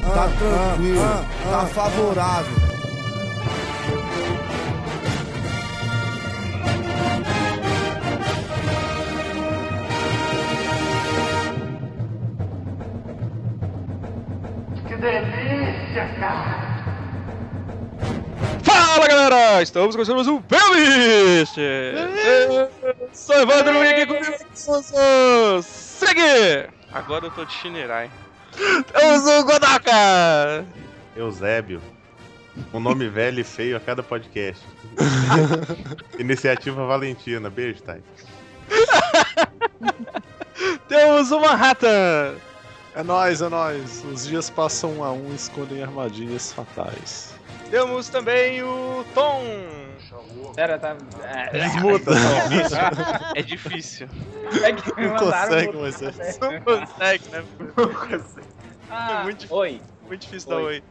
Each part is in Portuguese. tá tranquilo, tá favorável. Que delícia, cara! Fala galera, estamos começando mais um Pelvist! Eu Sou Evandro e aqui comigo é o Segue! Agora eu tô de Shinerai. Eu sou o Godaka! Eusébio. Um nome velho e feio a cada podcast. Iniciativa Valentina. Beijo, Thay. Temos uma rata! É nóis, é nóis. Os dias passam um a um e escondem armadilhas fatais. Temos também o Tom! Pera, tá. É, Muda. É difícil. é que me Não mandaram. consegue, mas é. Não consegue, né? Ah, muito difícil. Oi. Muito difícil dar oi.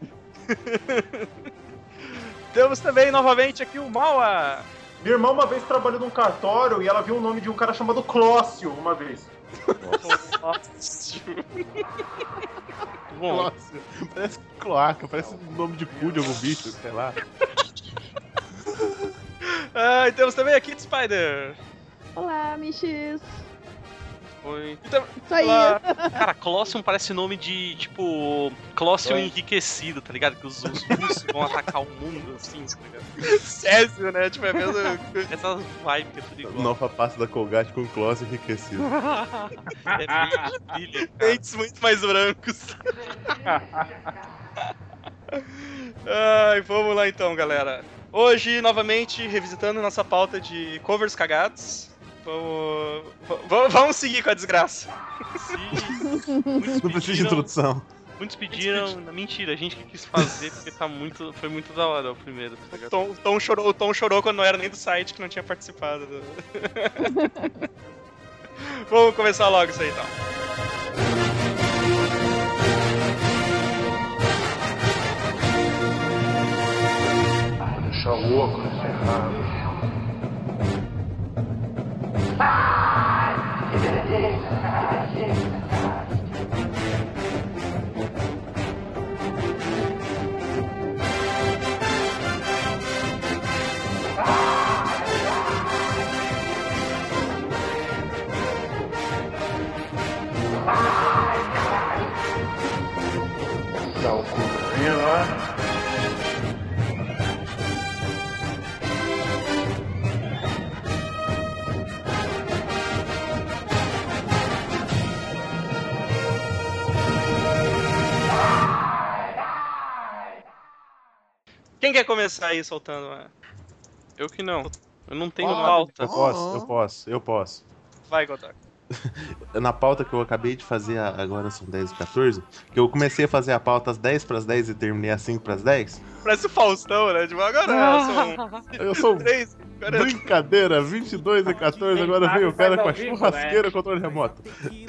Temos também novamente aqui o Maua! Minha irmã uma vez trabalhou num cartório e ela viu o nome de um cara chamado Clócio uma vez. Bom, Parece cloaca, parece o nome de cu de algum bicho, sei lá. ah, e temos também a Kid Spider! Olá, Michis. Oi. E tam- Isso aí. Olá. Cara, Colossium parece nome de, tipo, Colossium enriquecido, tá ligado? Que os, os russos vão atacar o mundo, assim, tá ligado? Césio, né? Tipo, é mesmo essa vibe que é tudo igual. Nova pasta da Colgate com close enriquecido. É bem filha, Dentes muito mais brancos. Ai, vamos lá então, galera. Hoje, novamente, revisitando nossa pauta de covers cagados. Vamos, v- vamos seguir com a desgraça. Não precisa de introdução. Muitos pediram. na Mentira, a gente que quis fazer porque tá muito, foi muito da hora o primeiro. tá o, Tom, o Tom chorou, o Tom chorou quando não era nem do site que não tinha participado. do- Vamos começar logo isso aí então. Deixar o óculos errado. Quem quer começar aí soltando? uma- Eu que não. Eu não tenho Fala, pauta. Eu posso, eu posso, eu posso. Vai, Gotak. na pauta que eu acabei de fazer, a- agora são 10 e 14, que eu comecei a fazer a pauta às 10 pras 10 e terminei às 5 pras 10. Parece o Faustão, né? Tipo, agora são Eu sou três. Agora é brincadeira, 22 e 14, agora veio o cara com a churrasqueira controle remoto.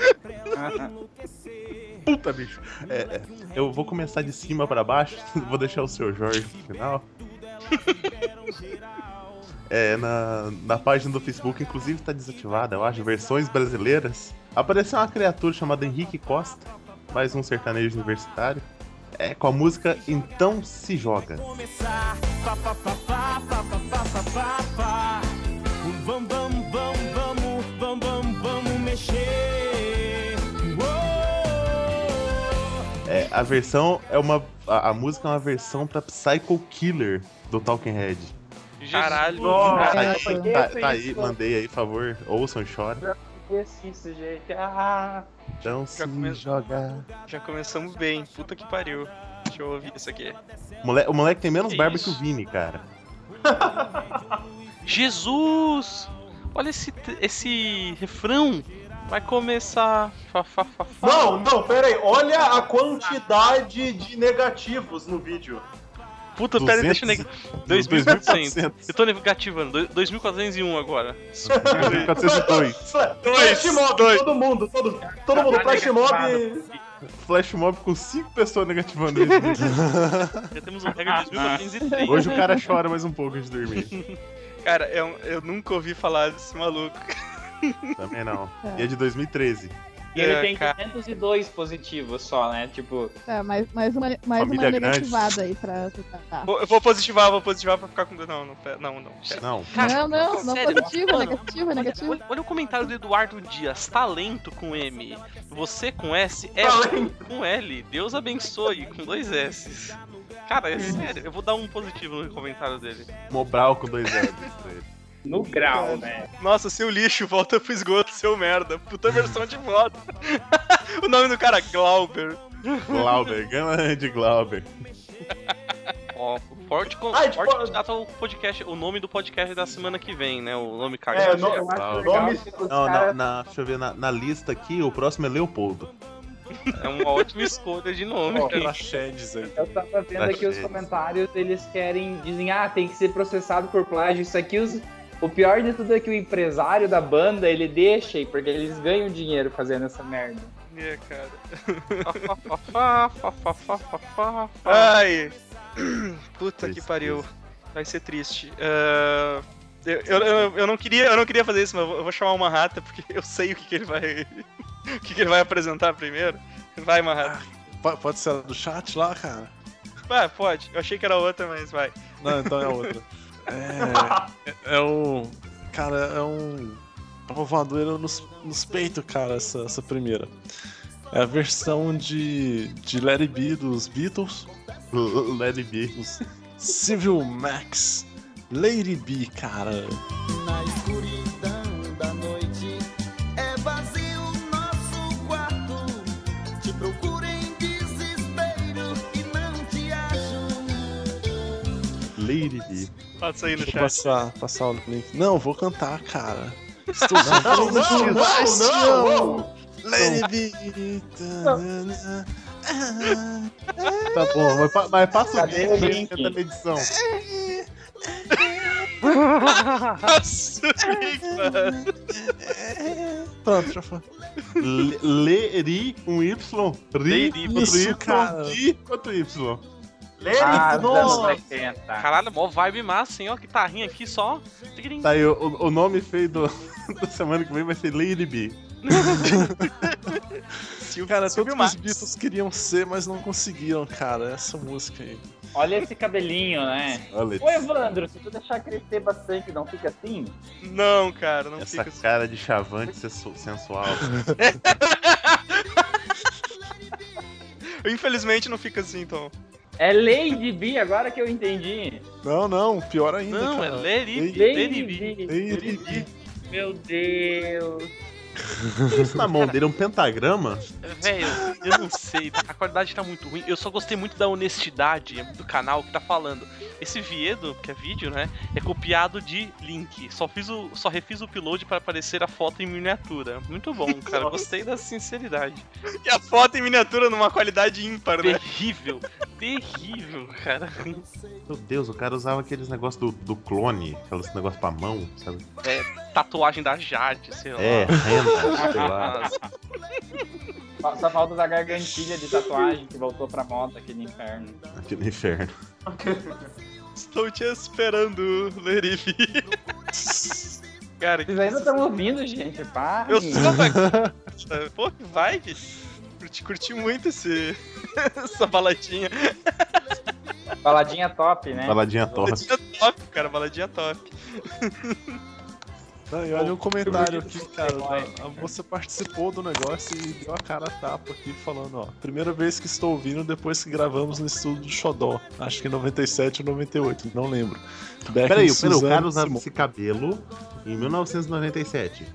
Puta, bicho. É, é, eu vou começar de cima pra baixo, vou deixar o seu Jorge no final. É, na, na página do Facebook, inclusive tá desativada, eu acho, versões brasileiras. Apareceu uma criatura chamada Henrique Costa, mais um sertanejo universitário. É, com a música Então Se Joga. É, a versão é uma. A, a música é uma versão pra Psycho Killer do Talking Head. Caralho. Tá, Nossa. aí, Caraca, tá- que tá aí, isso? mandei aí, por favor. Ouçam e chorem. Esse sujeito. Ah, Então se começou. joga. Já começamos bem. Puta que pariu. Deixa eu ouvir isso aqui. Mole- o moleque tem menos Que barba isso? que o Vini, cara. Jesus! Olha esse, esse refrão. Vai começar. Não, não, pera aí. Olha a quantidade de negativos no vídeo. Puta, pera, deixa eu negar. 2.400. 2.400. Eu tô negativando. Dois- 2.401 agora. 2.402. Dois, flash mob, dois. todo mundo, todo, todo mundo, flash mob. Flash mob com 5 pessoas negativando isso. Já temos um recorde de 2.403. Hoje o cara chora mais um pouco antes de dormir. Cara, eu, eu nunca ouvi falar desse maluco. é Também não. E é de 2013. E ele É, tem cara. 502 positivos só, né? Tipo, É, mais, mais uma, mais uma Família grande. negativada aí pra ajudar. Vou- Eu vou positivar, vou positivar pra ficar com. Não, não, pera, não. não pera. Não. Não, não, não sério, positivo, né? mano, negativo, negativo. Olha, olha o comentário do Eduardo Dias. Talento com M. Você com S é Talento. com L. Deus abençoe com dois S. Cara, é sério. Eu vou dar um positivo no comentário dele. Mobral com dois L's. pra ele. no grau, né? Nossa, seu lixo, volta pro esgoto, seu merda. Puta versão de moto. o nome do cara, Glauber. Glauber, grande Glauber. Ó, forte, con- Ah, tipo- forte candidato ao podcast, o nome do podcast da semana que vem, né? O nome cagado. Tá É, no- Eu acho Não, Tá legal não, que os Não, na, caras- na- deixa eu ver, na, na lista aqui, o próximo é Leopoldo. É uma ótima escolha de nome. Ó, cara. pela Sheds aí. Eu tava vendo Tá aqui os cheio. comentários, eles querem, dizem, ah, tem que ser processado por plágio. Isso aqui, os- o pior de tudo é que o empresário da banda, ele deixa, aí, porque eles ganham dinheiro fazendo essa merda. É, cara. Fá, fá, fá, fá, fá, fá. Ai. Puta que Tristeza. pariu. Vai ser triste. Ah, eu, eu, eu- eu não queria, eu não queria fazer isso, mas eu vou- eu vou chamar uma rata, porque eu sei o que, que ele vai. o que, que ele vai apresentar primeiro. Vai, Marrata. Po- Pode ser a do chat lá, cara? Ah, pode. Eu achei que era outra, mas vai. Não, então é outra. É, é um. Cara, é um. é Uma voadoura nos, nos peitos, cara, essa, essa primeira. É a versão de, de Let It Be dos Beatles, Let it be. dos Civil Max, Lady B, cara. Na escuridão da noite é vazio o nosso quarto. Te procuro em desespero e não te acho. Lady B. Passa aí no Vou chat. passar, passar o link. Não, vou cantar, cara. Estou sentindo não, demais, não, te não. amo. Lady B. tanana. Tá bom, mas, pa- mas passa o Cadê o vídeo link? que tá na edição. Nossa, mano. Pronto, já foi. Le- Leri um Y. Ri Leri, outro isso, Y. cara. I outro Y. Leri, Ah, anos nossa. 80. Caralho, mó vibe massa, hein? Ó, guitarrinha aqui só. Tigrim. Tá aí, o, o nome feio do, da semana que vem vai ser Lady B. Cara, Silvio todos Max. os Beatles queriam ser, mas não conseguiram, cara. Essa música aí. Olha esse cabelinho, né? Olha Ô, Evandro, se tu deixar crescer bastante, não fica assim? Não, cara, não essa fica assim. cara de chavante sensu- sensual. assim. Infelizmente não fica assim, então. É Lady B, agora que eu entendi. Não, não, pior ainda. Não, é cara. Lady. Lady- Lady. Lady B. B. Lady B. Meu Deus. O que é isso na mão dele? É um pentagrama? Velho, eu não sei. A qualidade tá muito ruim. Eu só gostei muito da honestidade do canal que tá falando. Esse Viedo, que é vídeo, né? É copiado de link. Só, fiz o, só refiz o upload pra aparecer a foto em miniatura. Muito bom, cara. Gostei da sinceridade. E a foto em miniatura numa qualidade ímpar, né? Terrível. Terrível, cara. Meu Deus, o cara usava aqueles negócios do, do clone, aqueles negócios pra mão, sabe? Tatuagem da Jade, sei lá. Ah. É, renda, sei lá. Ah, Fa- Só falta da gargantilha de tatuagem que voltou pra moda aqui no inferno. Aqui no inferno. Estou te esperando, Lerifi. Cara, que Vocês ainda estão ouvindo, gente? Pá. eu tava aqui. Pô, que vibe. Curti, curti muito esse, essa baladinha. Baladinha top, É. né? Baladinha torta. Baladinha top, cara, baladinha top. Não, e olha um comentário aqui, cara. da- a moça participou do negócio e deu a cara a tapa aqui, falando: ó, primeira vez que estou ouvindo depois que gravamos no estúdio do Xodó. Acho que em 97 ou 98, não lembro. Beck Peraí, e peraí, o cara Suzano usava Simon. esse cabelo em 1997.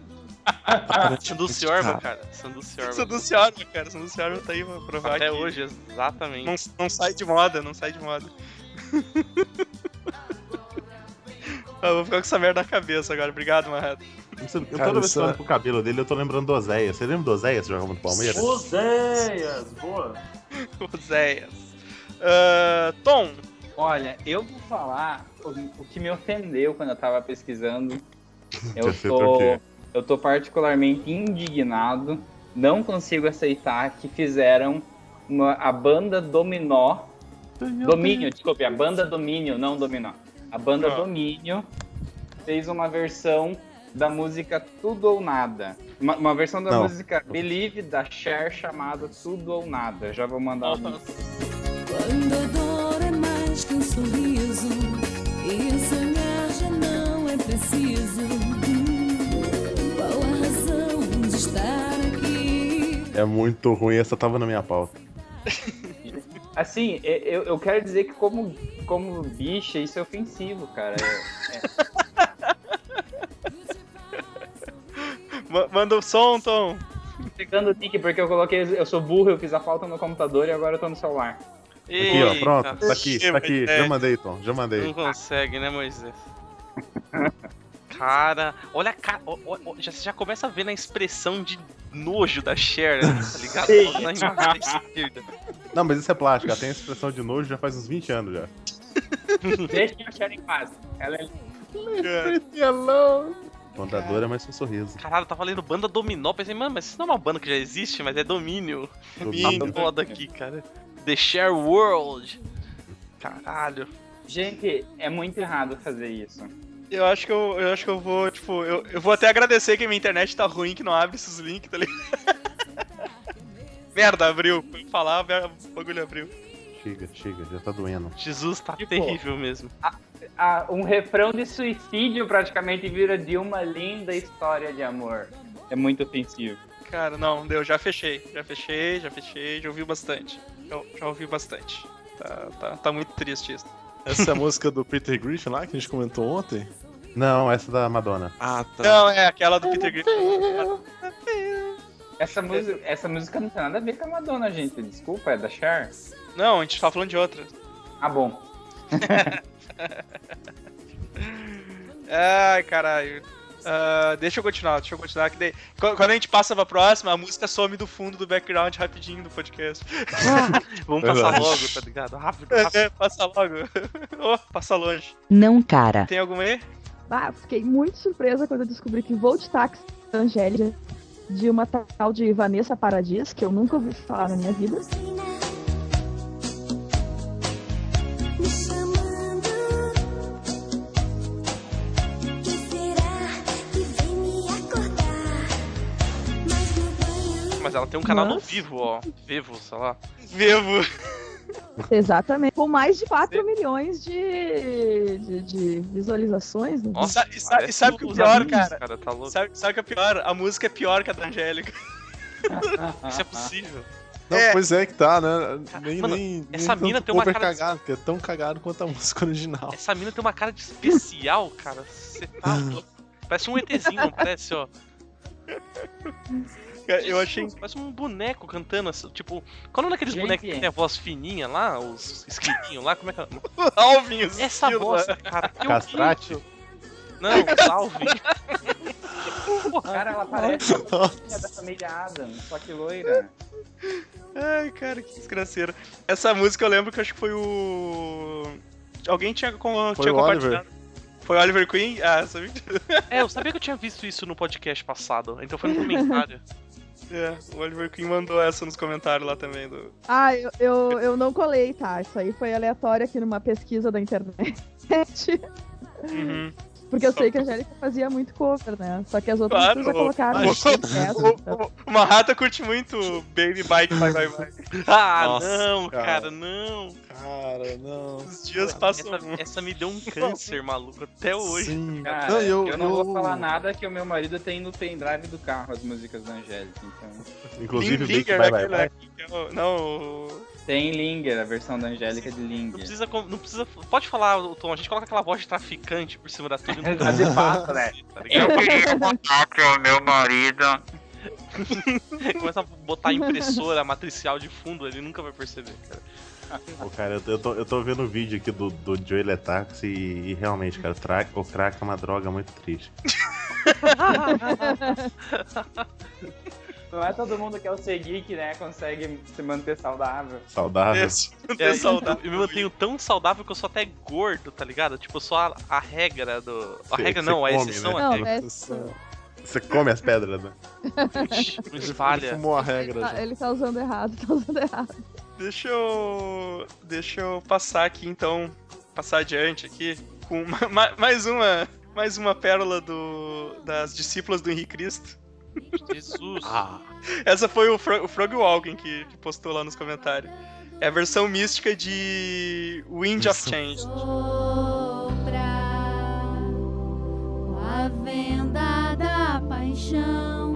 Ah, Sandu Ciorba, cara. Sandu São Ciorba. do Ciarma, cara. São do Ciarma tá aí pra provar Até que hoje, exatamente. Não, não sai de moda, não sai de moda. Ah, Eu vou ficar com essa merda na cabeça agora. Obrigado, Marreta. Não sei, eu Cara, toda vez isso que eu é- olho pro cabelo dele, eu tô lembrando do Oséias. Você lembra do Oséias jogando no Palmeiras? Oséias, boa. Oséias. Ah, Tom, Olha, eu vou falar o, o que me ofendeu quando eu tava pesquisando. Eu Você tá o tô, quê? eu tô particularmente indignado. Não consigo aceitar que fizeram uma- a banda Dominó. Domínio, desculpe, a banda Domínio, não Dominó. A banda Ah. Domínio fez uma versão da música Tudo ou Nada. Uma, uma versão da Não. música Believe da Cher chamada Tudo ou Nada. Já vou mandar. um- Quando a dor é mais que um sorriso e o sonhar já não é preciso. Hum, Qual a razão de estar aqui? É muito ruim, essa tava na minha pauta. Assim, e- eu, eu quero dizer que como, como bicha, isso é ofensivo, cara. É- Ma- Manda o som, Tom. é. Pegando o tique, porque eu coloquei. Eu sou burro, eu fiz a falta no computador e agora eu tô no celular. Aqui, ó, Eita, pronto. Tá aqui, tá aqui. é. Já mandei, Tom, já mandei. Não consegue, né, Moisés? Cara, olha a cara. ó, ó, ó, já, você já começa a ver na expressão de nojo da Cher, né, tá ligado? Olha na imagem esquerda. Não, mas isso é plástico, ela tem essa expressão de nojo já faz uns 20 anos já. Deixem a Cher em paz. Ela é Contadora, mas com sorriso. Caralho, tá valendo banda dominó. Pensei, mano, mas isso não é uma banda que já existe, mas é domínio. Domínio. Tá foda aqui, cara. The Cher World. Caralho. Gente, é muito errado fazer isso. Eu acho que eu, eu acho que eu vou, tipo, eu, eu vou até agradecer que a minha internet tá ruim, que não abre esses links, tá ligado? Merda, abriu. Fui falar, o bagulho abriu. Chega, chega, já tá doendo. Jesus tá Tipo, terrível mesmo. Ah, um refrão de suicídio praticamente vira de uma linda história de amor. É muito ofensivo. Cara, não, deu, já fechei. Já fechei, já fechei, já ouvi bastante. Já, já ouvi bastante. Tá, tá, tá muito triste isso. Essa é a música do Peter Griffin lá que a gente comentou ontem? Não, essa é da Madonna. Ah, tá. Não, é aquela do Peter Griffin. Essa música, essa música não tem nada a ver com a Madonna, gente. Desculpa, é da Cher. Não, a gente tá falando de outra. Ah, bom. Ai, caralho. Ah, deixa eu continuar, deixa eu continuar. Que daí, qu- quando a gente passa pra próxima, a música some do fundo do background rapidinho do podcast. Vamos passar verdade. logo, tá ligado? Rápido, É, rápido. é, passa logo. Oh, passa longe. Não, cara. Tem alguma aí? Ah, fiquei muito surpresa quando eu descobri que Volt Taxi Angélica de uma tal de Vanessa Paradis, que eu nunca ouvi falar na minha vida. Me chamando, que será que vem me acordar? Mas no banho Mas ela tem um canal no Nossa. vivo, ó. Vivo, sei lá. Vivo. Exatamente. Com mais de 4 milhões de, de, de visualizações. né? Nossa, E sa- e sabe o que é parece pior, amigos, cara? tá louco. Sabe, sabe o que é pior? A música é pior que a da Angélica. Isso é possível. Não, É. pois é que tá, né? Nem, Mano, nem, essa nem mina tanto tem uma cover cara de- cagado, que é tão cagado quanto a música original. Essa mina tem uma cara de especial, cara. Você tá louco. Parece um ETzinho, não parece, ó. Cara, Eu achei. Jesus, Parece um boneco cantando, assim, tipo... Qual é o nome daqueles Gente. bonecos que tem a voz fininha lá? Os esquilinhos lá? Como é que é? Alvin, os Essa esquilos, bosta, cara. Que Castrate? horrível. Não, os Alvin. Cara, ela parece uma filha da família Adams, só que loira. Ai, cara, que desgraceira. Essa música eu lembro que eu acho que foi o. Alguém tinha, com... Foi tinha o compartilhado. Foi o Oliver Queen? Ah, sabe? É, eu sabia que eu tinha visto isso no podcast passado. Então foi no comentário. É, o Oliver Queen mandou essa nos comentários lá também. Do... Ah, eu, eu, eu não colei, tá? Isso aí foi aleatório aqui numa pesquisa da internet. Uhum. Porque eu sei que a Angélica fazia muito cover, né? Só que as outras Claro, pessoas já colocaram mas- muito sucesso, então. O, o, o Mahata curte muito Baby Bike, vai, vai, vai. Ah, Nossa, não, cara, cara. não. Cara, não. Os dias passam. Essa, essa me deu um câncer, maluco, até hoje. Sim. Cara, Não, eu, eu- não vou eu- falar nada que o meu marido tem no pendrive do carro as músicas da Angélica. Então. um Inclusive, Linger, Big Bye Bye aquele Bye. aqui, que é o- Não, o- Tem Linger, a versão da Angélica de Não Linger. precisa, com- não precisa. Pode falar, o Tom. A gente coloca aquela voz de traficante por cima da trilha. não Mas de fato, né? tá ligado? queria contar que o meu marido Começa a botar impressora matricial de fundo, ele nunca vai perceber, cara. Pô, cara, eu tô, eu tô, eu tô vendo o vídeo aqui do, do Joey Letax e, e realmente, cara, o tra- o crack é uma droga muito triste. Não é todo mundo que é o Seguik, né? Consegue se manter saudável. Saudável. esse. É, saudável. Eu me mantenho tão saudável que eu sou até gordo, tá ligado? Tipo, eu sou a, a regra do. A Cê- regra cê não, a come, exceção é, né? à Não, regra. né? Você come as pedras, né? é Não Ele espalha. fumou a regra. Ele já. tá, ele tá usando errado, tá usando errado. Deixa eu. Deixa eu passar aqui então. Passar adiante aqui. Com ma- ma- mais uma. Mais uma pérola do, das discípulas do Henrique Cristo. Jesus. Essa foi o, Fro o Frog Walking que, que postou lá nos comentários. É a versão mística de Wind of Change. Sopra a venda da paixão.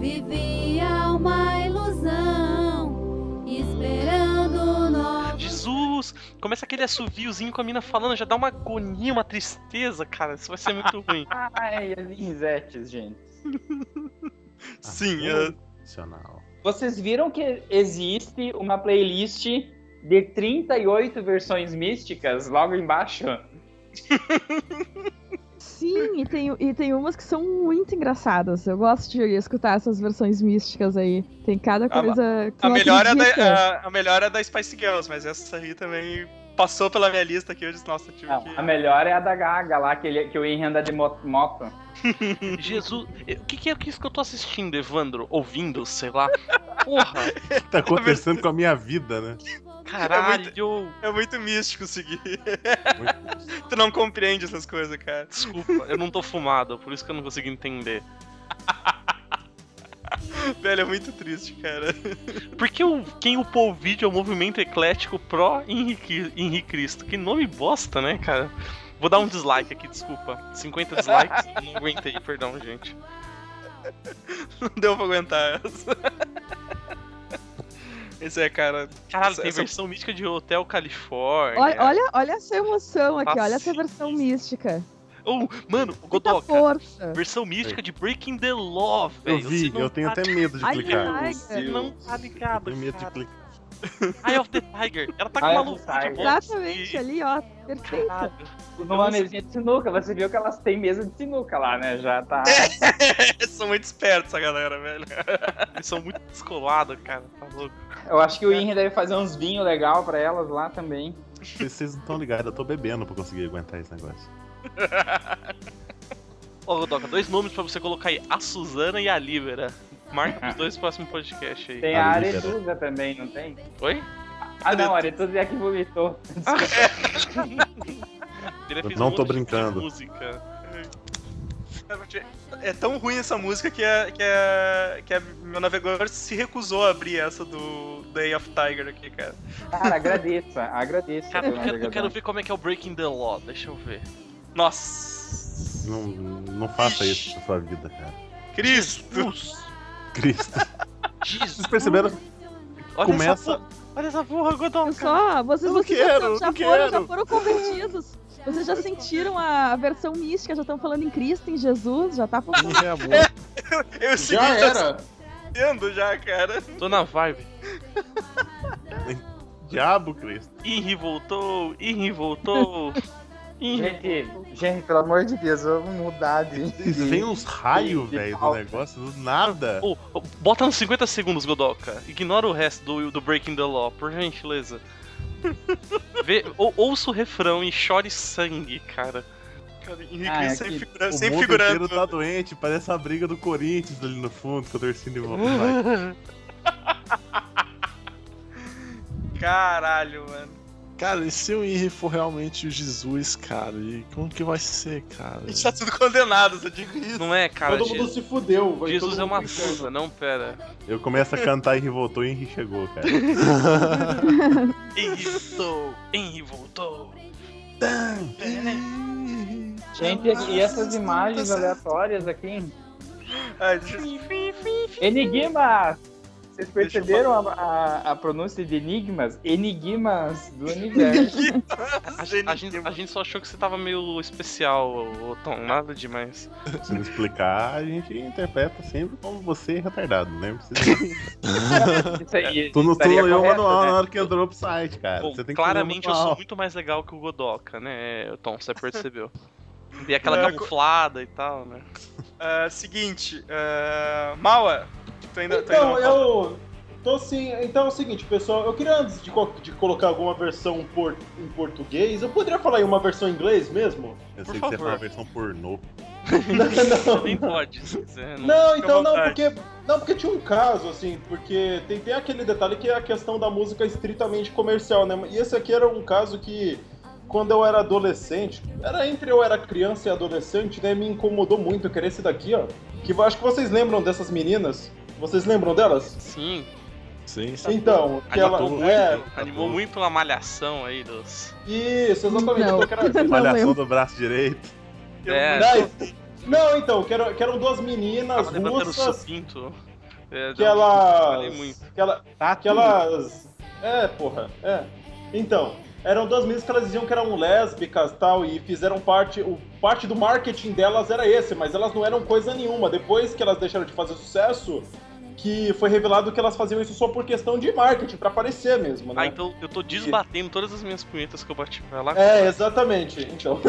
Vivia uma ilusão, esperando nós. Jesus! Começa aquele assoviozinho com a mina falando, já dá uma agonia, uma tristeza, cara. Isso vai ser muito ruim. Ai, as insetes, gente. Ah. Sim, é- Sensacional. Vocês viram que existe uma playlist de 38 versões místicas logo embaixo? Sim, e tem, e tem umas que são muito engraçadas. Eu gosto de escutar essas versões místicas aí. Tem cada Ah, coisa. que a, eu não melhor é acredito. da, a, a melhor é da Spice Girls, mas essa aí também passou pela minha lista aqui. Eu disse, nossa, tive que. A melhor é a da Gaga lá, que, ele, que o Henry anda de mo- moto. Jesus, o que, que é isso que eu tô assistindo, Evandro? Ouvindo, sei lá. Porra, O que tá acontecendo com a minha vida, né? caralho. É muito místico seguir. tu não compreende essas coisas, cara. Desculpa, eu não tô fumado, por isso que eu não consigo entender. Velho, é muito triste, cara. Por que o, quem upou o vídeo é o movimento eclético pró Henrique, Henrique Cristo? Que nome bosta, né, cara? Vou dar um dislike aqui, desculpa. 50 dislikes, não aguentei, perdão, gente. Não deu pra aguentar essa. Esse é, um cara. Caralho, essa- tem essa- versão mística de Hotel Califórnia. é Olha, olha, olha essa emoção aqui, olha essa Fascista. versão mística. Oh, mano, Godoka, Força. versão mística de Breaking the Law, velho. Eu vi, Você não eu tenho tá- até medo de Ai, é clicar. ai, Você não tá ligado, Tenho medo de cara. clicar. Eye of the Tiger. Ela tá com Eye uma of the luvinha de Tiger. boxe Exatamente, e- ali, ó. Perfeita. Caralho. Numa mesinha de sinuca, você viu que elas têm mesa de sinuca lá, né? Já tá. É. São muito espertos essa galera, velho. Eles são muito descolados, cara. Tá louco. Eu acho que o Henry deve fazer uns vinhos legal pra elas lá também. Vocês vocês não estão ligados, eu tô bebendo pra conseguir aguentar esse negócio. Ô, Godoka, dois nomes pra você colocar aí: a Suzana e a Libera. Marca os dois próximos podcasts aí. Tem a Ah, libera. Aretusa também, não tem? Oi? Ah, não, a Aretusa é a que vomitou. Ele fez não um tô monte de brincando. Música. É tão ruim essa música que, a, que, a, que a- meu navegador se recusou a abrir essa do Day of Tiger aqui, cara. Cara, agradeça, agradeça. Cara, pelo eu quero, eu quero navegador. ver como é que é o Breaking the Law. Deixa eu ver. Nossa! Não, não faça isso na sua vida, cara. Cristo! Cristo. Jesus. Vocês perceberam? Olha Começa- Essa porra, olha essa porra, Olha Godoka. só, vocês, Eu não vocês quero, já, já eu não foram, já quero. foram convertidos. Vocês já sentiram a versão mística, já estão falando em Cristo, em Jesus, já tá falando. Não é amor. Eu segui Já era. entendendo já, cara. Tô na vibe. Diabo, Cristo. Henry voltou, Henry voltou. Henry. Gente, gente, pelo amor de Deus, vamos mudar de. E vem uns raios, velho, do falta. negócio, do nada. Ô, ô, bota nos 50 segundos, Godoka. Ignora o resto do, do Breaking the Law, por gentileza. Vê, ou, ouça o refrão e chore sangue, cara. cara Henrique Ah, é sempre, que figura, O sempre mundo figurando. inteiro tá doente, parece a briga do Corinthians ali no fundo, com a torcida em volta. Caralho, mano. Cara, e se o Henry for realmente o Jesus, cara? E como que vai ser, cara? A gente tá tudo condenado, só digo isso. Não é, cara? todo Je- mundo se fudeu. vai Jesus todo é uma mundo pro inferno. fusa, não, pera. Eu começo a cantar e Henry voltou e Henry chegou, cara. Henry voltou, Henry voltou. Gente, e essas imagens aleatórias aqui? Ai, deixa eu- Enigmas! Vocês Deixa eu perceberam a, a- a pronúncia de enigmas? Enigmas do universo. A, gente- a gente, a gente só achou que você tava meio especial, ô, ô, Tom, nada demais. Se não explicar, a gente interpreta sempre como você é retardado, né? Não precisa- Isso aí. Tu não tu estaria não leu o correto, manual né? na hora que entrou pro site, cara. Bom, você tem que ler o claramente eu sou manual. muito mais legal que o Godoka, né, Tom? Você percebeu? Dei aquela É, Não, eu- camuflada e tal, né? Ah, seguinte, ah, Maua, tu ainda. tu ainda Então, não tá- eu. Tô sim. Então é o seguinte, pessoal. Eu queria, antes de, co- de colocar alguma versão por- em português, eu poderia falar em uma versão em inglês mesmo? Eu por sei que você favor. fala a versão pornô. não, Nem pode, se quiser. Não. Fica Não, à então não, vontade. porque. Não, porque tinha um caso, assim, porque tem, tem aquele detalhe que é a questão da música estritamente comercial, né? E esse aqui era um caso que quando eu era adolescente, era entre eu era criança e adolescente, né? Me incomodou muito, que era esse daqui, ó. Que eu acho que vocês lembram dessas meninas. Vocês lembram delas? Sim. Sim, Então, que ela. Animou muito, é, animou muito a malhação aí dos. isso, exatamente. Não. então, que era- Malhação do braço direito. É, Não, Não, então, que eram, que eram duas meninas tava levantando o russas supinto. É, que eu elas. falei muito. Que, ela, Tá que elas. É, porra, é. Então, eram duas meninas que elas diziam que eram lésbicas tal, e fizeram parte. O, parte do marketing delas era esse, mas elas não eram coisa nenhuma. Depois que elas deixaram de fazer sucesso, que foi revelado que elas faziam isso só por questão de marketing, pra aparecer mesmo, né? Ah, então eu tô desbatendo todas as minhas punhetas que eu bati pra lá. É, exatamente. Então.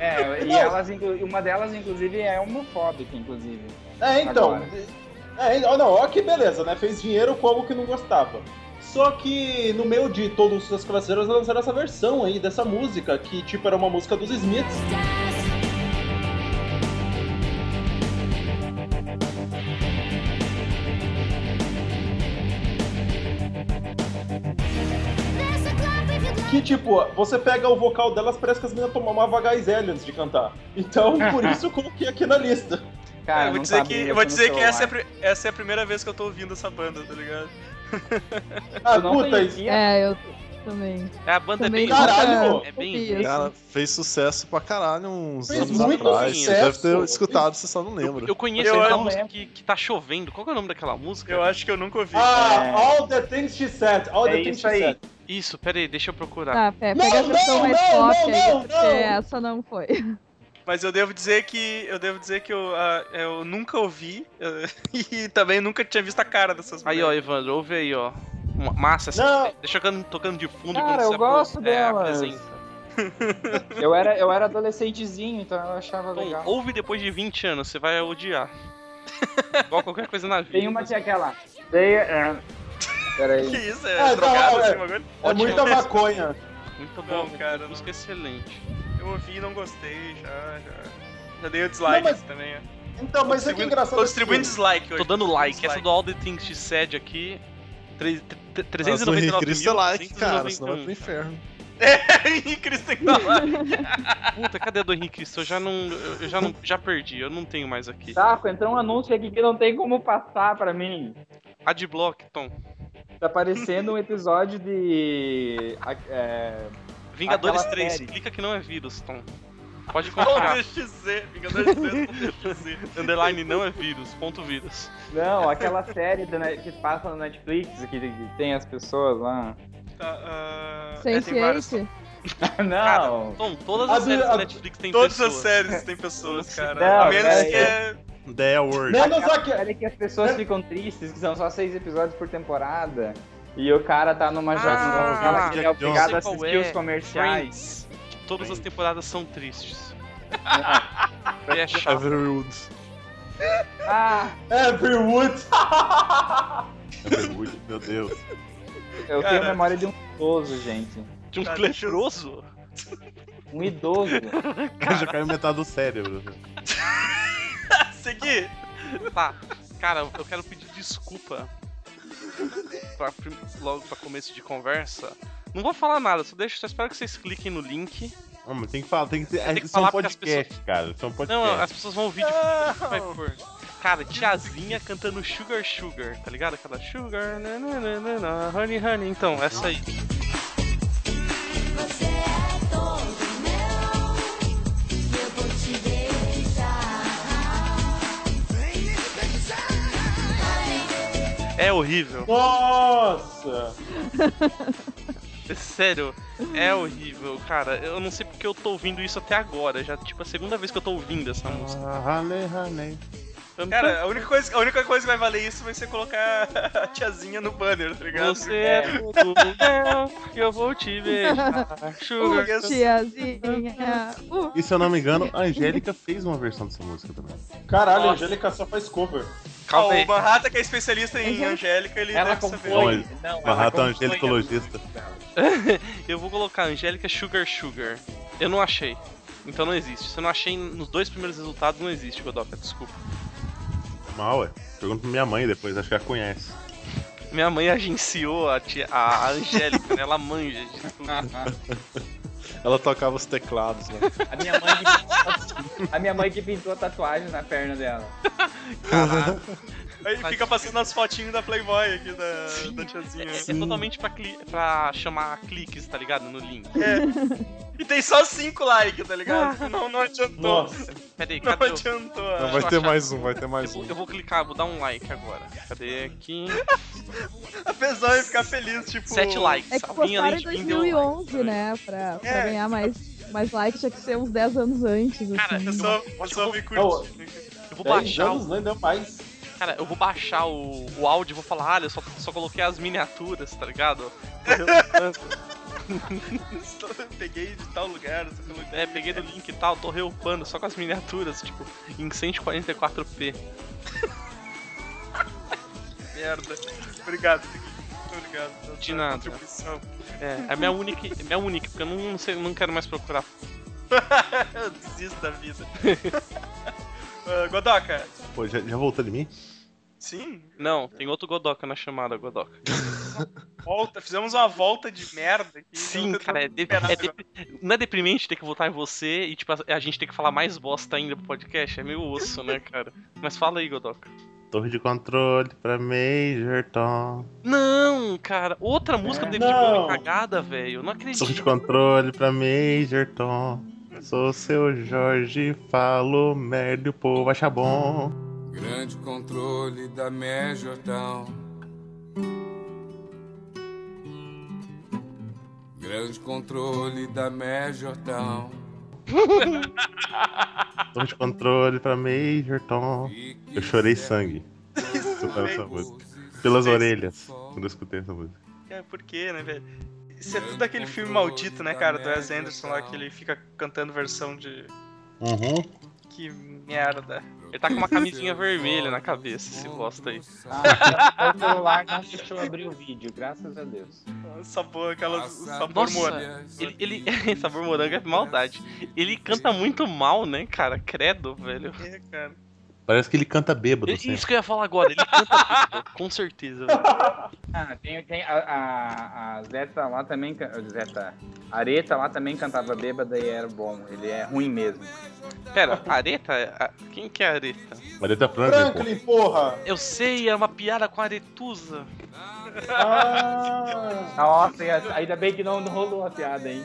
É, e elas, inclu- uma delas, inclusive, é homofóbica, inclusive. É, então. Agora. É, ó, não, ó que beleza, né? Fez dinheiro com algo que não gostava. Só que no meio de todos os suas parceiros lançaram essa versão aí dessa música, que tipo era uma música dos Smiths. Que tipo, você pega o vocal delas, parece que as meninas tomavam HZL antes de cantar. Então, por isso eu coloquei aqui na lista. Cara, É, eu vou Ah, não tá dizer sabe que, mexer eu vou no dizer que essa, é a, celular. pri- essa é a primeira vez que eu tô ouvindo essa banda, tá ligado? Ah, Tu não puta, isso. conhecia? É, eu também. É, a banda é Também bem. nunca Tá, Caralho, né? é bem ouvi ruim. isso. Cara, fez sucesso pra caralho uns Fez anos muito atrás. Você sucesso. deve ter escutado, você só não lembra. Eu conheço Eu- aquela eu- música que, que tá chovendo. Qual que é o nome daquela música? Eu acho que eu nunca ouvi. Ah, É. all the things she said, all the É things isso she aí. said. Isso, pera aí, deixa eu procurar. Tá, pé, Não, pega a não, versão mais não, pop não, aí, não, porque não. essa não foi. Mas eu devo dizer que eu devo dizer que eu, ah, eu nunca ouvi eh, e também nunca tinha visto a cara dessas Aí, ó, Evandro, ouve aí, ó. Uma- Massa essa. Não. é Deixa eu can- tocando de fundo Cara, enquanto eu você apro- gosto é, delas. apresenta. é Eu era, eu era adolescentezinho, então eu achava Então, legal. ouve depois de 20 anos, você vai odiar. Igual qualquer coisa na vida. Tem uma que é aquela. They, é... Peraí. Que isso? É, Ah, tá, drogado é. assim, o bagulho? É muita maconha. Muito bom, Não, muito cara, bom, não. música excelente. Eu ouvi e não gostei, já, já. Já dei o dislike Não, mas- também. é. Então, mas isso aqui é Distribuindo- engraçado. Tô distribuindo assim. dislike hoje. Tô dando like. dislike. Essa do All the Things She Said aqui. tre- tre- tre- Mas no 399 Henrique Cristo é like, cara, 391. senão vai pro inferno. Henrique Cristo tem que dar like. Puta, cadê a do Henrique Cristo? Eu já não. Eu eu já não. Já perdi, eu não tenho mais aqui. Saco, entrou um anúncio aqui que não tem como passar pra mim. Adblock, Tom. Tá parecendo um episódio de. a- É... Vingadores Aquela 3, série. clica que não é vírus, Tom. Pode Não confiar. deixe dizer, Vingadores 3, não deixe dizer. Underline não é vírus, ponto vírus. Não, aquela série da Net- que passa na Netflix, que que tem as pessoas lá. Tá, ah, é, tem várias. Sense8? Não! Tom, todas A as do- séries da a- Netflix têm Todas pessoas. as séries têm pessoas, cara. Não, a menos peraí. que é. The Word. Menos Aquela aqui. série que as pessoas ficam tristes, que são só seis episódios por temporada. E o cara tá numa Ah, jornada ela que ele é Jack Jones. obrigado Sei a qual assistir é. os comerciais. Friends. Que todas as temporadas são tristes. E é chato. Everwood. Ah, Everwood. Everwood, Meu Deus. eu Cara. tenho a memória de um idoso, gente. De um Tá, deixa eu- leproso? Um idoso. Já caiu metade do cérebro. né? Segui! Tá, cara, eu quero pedir desculpa pra prim- logo pra começo de conversa. Não vou falar nada, só deixo, só espero que vocês cliquem no link. Ah, mas tem que falar, tem que ter. que Isso é falar um porque as podcast, cara. Isso é um Não, as podcast. pessoas vão ouvir de vai pôr. Cara, tiazinha cantando Sugar Sugar, tá ligado? Aquela Sugar, né, nananana, honey honey, então, essa aí. Você é todo meu, eu vou te deixar. É horrível. Nossa! É Sério, é horrível, cara. Eu não sei porque eu tô ouvindo isso até agora. Já, tipo, a segunda vez que eu tô ouvindo essa música. Ah, rale, rale. Eu não tô- Cara, a única, coisa, a única coisa que vai valer isso vai ser colocar a tiazinha no banner, tá ligado? Você é tudo meu, É, eu vou te beijar. Uh, Sugar. tiazinha. Uh, E se eu não me engano, a Angélica fez uma versão dessa música também. Caralho, Nossa. a Angélica só faz cover. Ó, Calma aí. o Manhattan, que é especialista em Angélica, ele Ela deve saber. compõe. Olha, Não, ela Barrata é um compõe a angelicologista. Eu vou colocar Angélica Sugar Sugar. Eu não achei. Então não existe. Se eu não achei nos dois primeiros resultados, não existe, Godoka, desculpa. Mal, ué. Pergunta pra minha mãe depois, acho que ela conhece. Minha mãe agenciou a, tia- a a Angélica, né? Ela manja de tudo. Ela tocava os teclados, né? A minha mãe que pintou, a minha mãe que pintou a tatuagem na perna dela. Aí fica passando as fotinhas da Playboy aqui da, da É, tiazinha. é totalmente pra, cli- pra chamar cliques, tá ligado? No link. É. E tem só cinco likes, tá ligado? Não, não adiantou. Nossa. Peraí, não cadê o- adiantou. Não, vai ter mais um, vai ter mais um. Eu vou clicar, vou dar um like agora. Cadê aqui? Tipo, A pessoa ia ficar feliz, tipo. Sete likes. É que Alguém postaram além em de mim deu um like. 2011, né? Pra, pra ganhar mais, mais likes, tinha que ser uns 10 anos antes. Cara, assim. eu só, eu só me curti. né? Eu vou Dez É, baixar anos, o... né? Deu mais. Cara, eu vou baixar o, o áudio e vou falar, olha, eu só, só coloquei as miniaturas, tá ligado? Peguei de tal lugar, só coloquei. É, peguei do link e tal, tô reupando só com as miniaturas, tipo, em 144p. Merda. Obrigado, Felipe. Muito obrigado. pela De sua nada. Contribuição. É, é minha única, é minha única, porque eu não, não sei, não quero mais procurar. eu desisto da vida. Ah, Godoka, Pô, já, já voltou de mim? sim, Não, tem outro Godoka na chamada, Godoka. volta. Fizemos uma volta de merda aqui. Sim, cara, é, de- é de- não é deprimente ter que voltar em você e, tipo, a, a gente ter que falar mais bosta ainda pro podcast? É meio osso, né, cara? Mas fala aí, Godoka. Torre de controle pra Major Tom. Não, cara, outra música do David Bowie é cagada, velho. eu Não Torre de acredito. controle pra Major Tom. Sou seu Jorge, falo merda e o povo acha bom. Grande controle da Major Town. Grande controle da Major Town. Torre de controle pra Major Tom. Eu chorei sangue. Escutando essa música. Pelas orelhas, quando eu escutei essa música. É, por quê, né, velho? Isso é tudo aquele filme maldito, né, cara, do Wes Anderson lá, que ele fica cantando versão de... Uhum. Que merda. Ele tá com uma camisinha vermelha na cabeça, esse bosta aí. Ah, o celular não deixou abrir o vídeo, graças a Deus. Sabor, aquelas. Sabor Nossa, morango. ele, ele- sabor morango é maldade. Ele canta muito mal, né, cara? Credo, velho. É, cara. Parece que ele canta bêbado. assim. sempre. Isso que eu ia falar agora, ele canta com certeza. Ah, tem, tem a, a, a Zeta lá também. can- Zeta. Areta lá também cantava bêbada e era bom. Ele é ruim mesmo. Pera, Areta? A- Quem que é Areta? Marita Franklin, tá né, pô. Franklin, porra! Eu sei, era uma piada com a Aretusa. Ah, Nossa, e a- ainda bem que não rolou a piada, hein?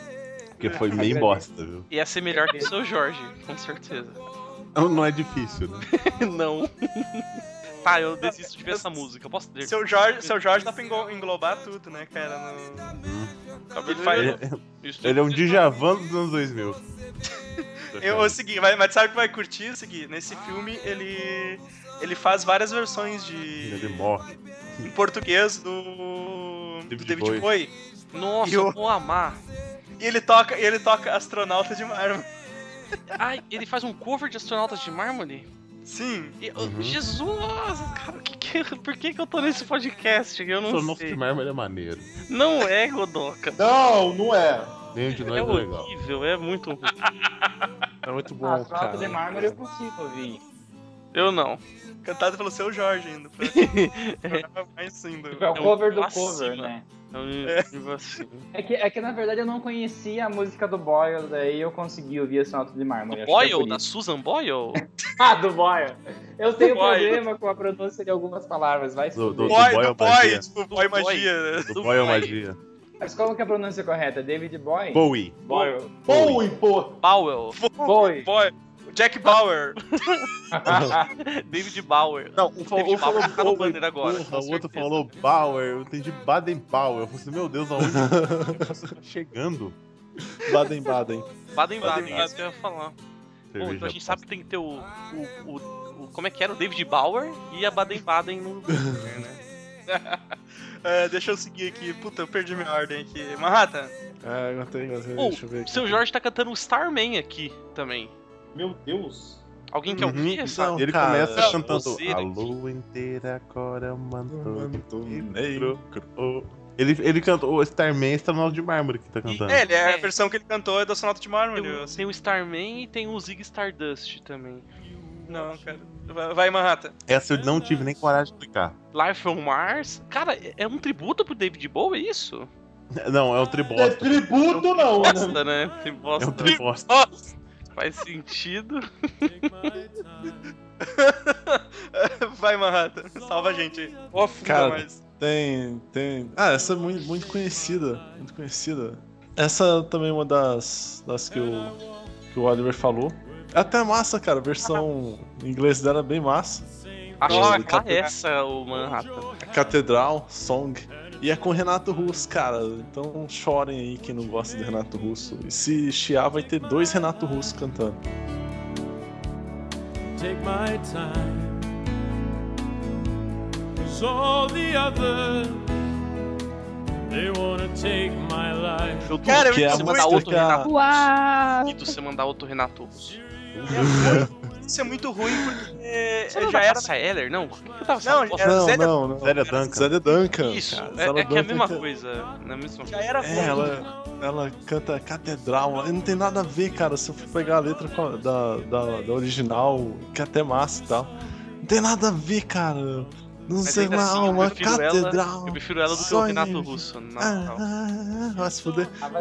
Porque foi né? meio bosta, viu? Ia ser é melhor que o seu Jorge, com certeza. Não, não é difícil, né? Não. Tá, eu desisto de ver essa música. Eu posso dizer. Seu Jorge, seu Jorge dá pra englo- englobar tudo, né, cara? No... Ele faz- Ele, ele é um Djavan dos anos 2000. é Eu, o Segui, vai, mas sabe o que vai curtir, Segui? Nesse filme, ele. Ele faz várias versões de. Ele é morre. em português do. do David David Bowie. Bowie. Nossa, E eu o- vou amar. E ele toca, e ele toca astronauta de mármore. Ai, ele faz um cover de astronautas de mármore? oh, Sim. Jesus, cara, o que que- por que, que eu tô nesse podcast? Eu não Sonoff sei. de Marvel é maneiro. Não é, Godoka. Não, não é. Nenhum de nós É é legal. horrível, é muito ruim. É muito bom, Ah, Astronauta cara. de mármore eu consigo ouvir. Eu não. Cantado pelo seu Jorge ainda. Pra... mais sim, do... Tipo, é o cover do cover, né? É um vacilo. É que, é que na verdade eu não conhecia a música do Boyle, daí eu consegui ouvir Astronauta de Mármore. acho que é por Boyle? Da isso. Susan Boyle? Ah, do Boyle. Eu tenho Boyle. problema com a pronúncia de algumas palavras, vai se Do, do, do fuder. boy, é magia. tipo, boy magia. né? Do boy é magia. Mas como que é a pronúncia correta? David Boy? Bowie. Boyle. Bowie, porra! Bowell. Boy. Boy. Jack Bauer. David Bauer. Não, o David um falou Bauer tá no Bowie, banner agora. Porra, com o outro certeza. falou Bauer, eu entendi Baden Powell. Eu falei assim, meu Deus, aonde eu tô tá chegando? Baden Baden. Baden Baden, Baden. isso que eu ia falar. Bom, então Cerveja. a gente sabe que tem que ter o. o, o, o- como é que era? O David Bauer e a Baden Baden no. né? É, deixa eu seguir aqui. Puta, eu perdi minha ordem aqui. Manhattan. É, eu tenho, eu tenho, Oh, deixa eu ver aqui. seu Jorge tá cantando Starman aqui também. Meu Deus! Alguém Uhum, Uhum. quer ouvir essa? então. Não, Ele cara, começa não, cantando você A daqui. lua inteira agora é um manto. Manto de negro. Oh, Ele, ele cantou o Starman e Astronauta de Mármore que tá cantando. É, ele é, a versão que ele cantou é do Sonata de Tem, Mármore. o- assim. tem o Starman e tem o Zig Stardust também. Não, cara. Vai- Vai, Manhattan. Essa eu não tive nem coragem de clicar. Life on Mars. Cara, é um tributo pro David Bowie, é isso? Não, é um tribosta. É tributo, não, né? Bosta, né? Tem bosta. É um tribosta. Faz sentido. Vai, Manhattan, salva a gente. aí. Ofunda Cara, mais. tem, tem. Ah, essa é muito, muito conhecida. Muito conhecida. Essa também é uma das, das que, o, que o Oliver falou. É até massa, cara. A versão Ah. em inglês dela é bem massa. Acho Do- que do tá Cate- essa, o Manhattan. Catedral, Song. E é com o Renato Russo, cara. Então chorem aí quem não gosta do Renato Russo. E se chiar, vai ter dois Renato Russo cantando. take my time. Cause all the others, they wanna take my life. Eu tô Cara, se eu você mandar muito- outro Renato. Uau! Se você mandar outro Renato. Isso é muito ruim porque Você não já já era. essa Heller, não? Por que eu tava Não, essa era bosta? Não, Zélia- não, não. Zélia Duncan. Zélia Duncan. Isso, cara. é, Zélia é que é a mesma Duncan coisa. Não é a mesma coisa. Já era É, ela, ela canta Catedral, e não tem nada a ver, cara. Se eu for pegar a letra com a- da, da, da original, que é até massa e tal, não tem nada a ver, cara. Não Mas sei ainda lá, assim, eu uma prefiro ela- catedral. eu prefiro ela do que o sonhos. Renato Russo, na Ah, moral. ah, ah, vai se fuder. Ah,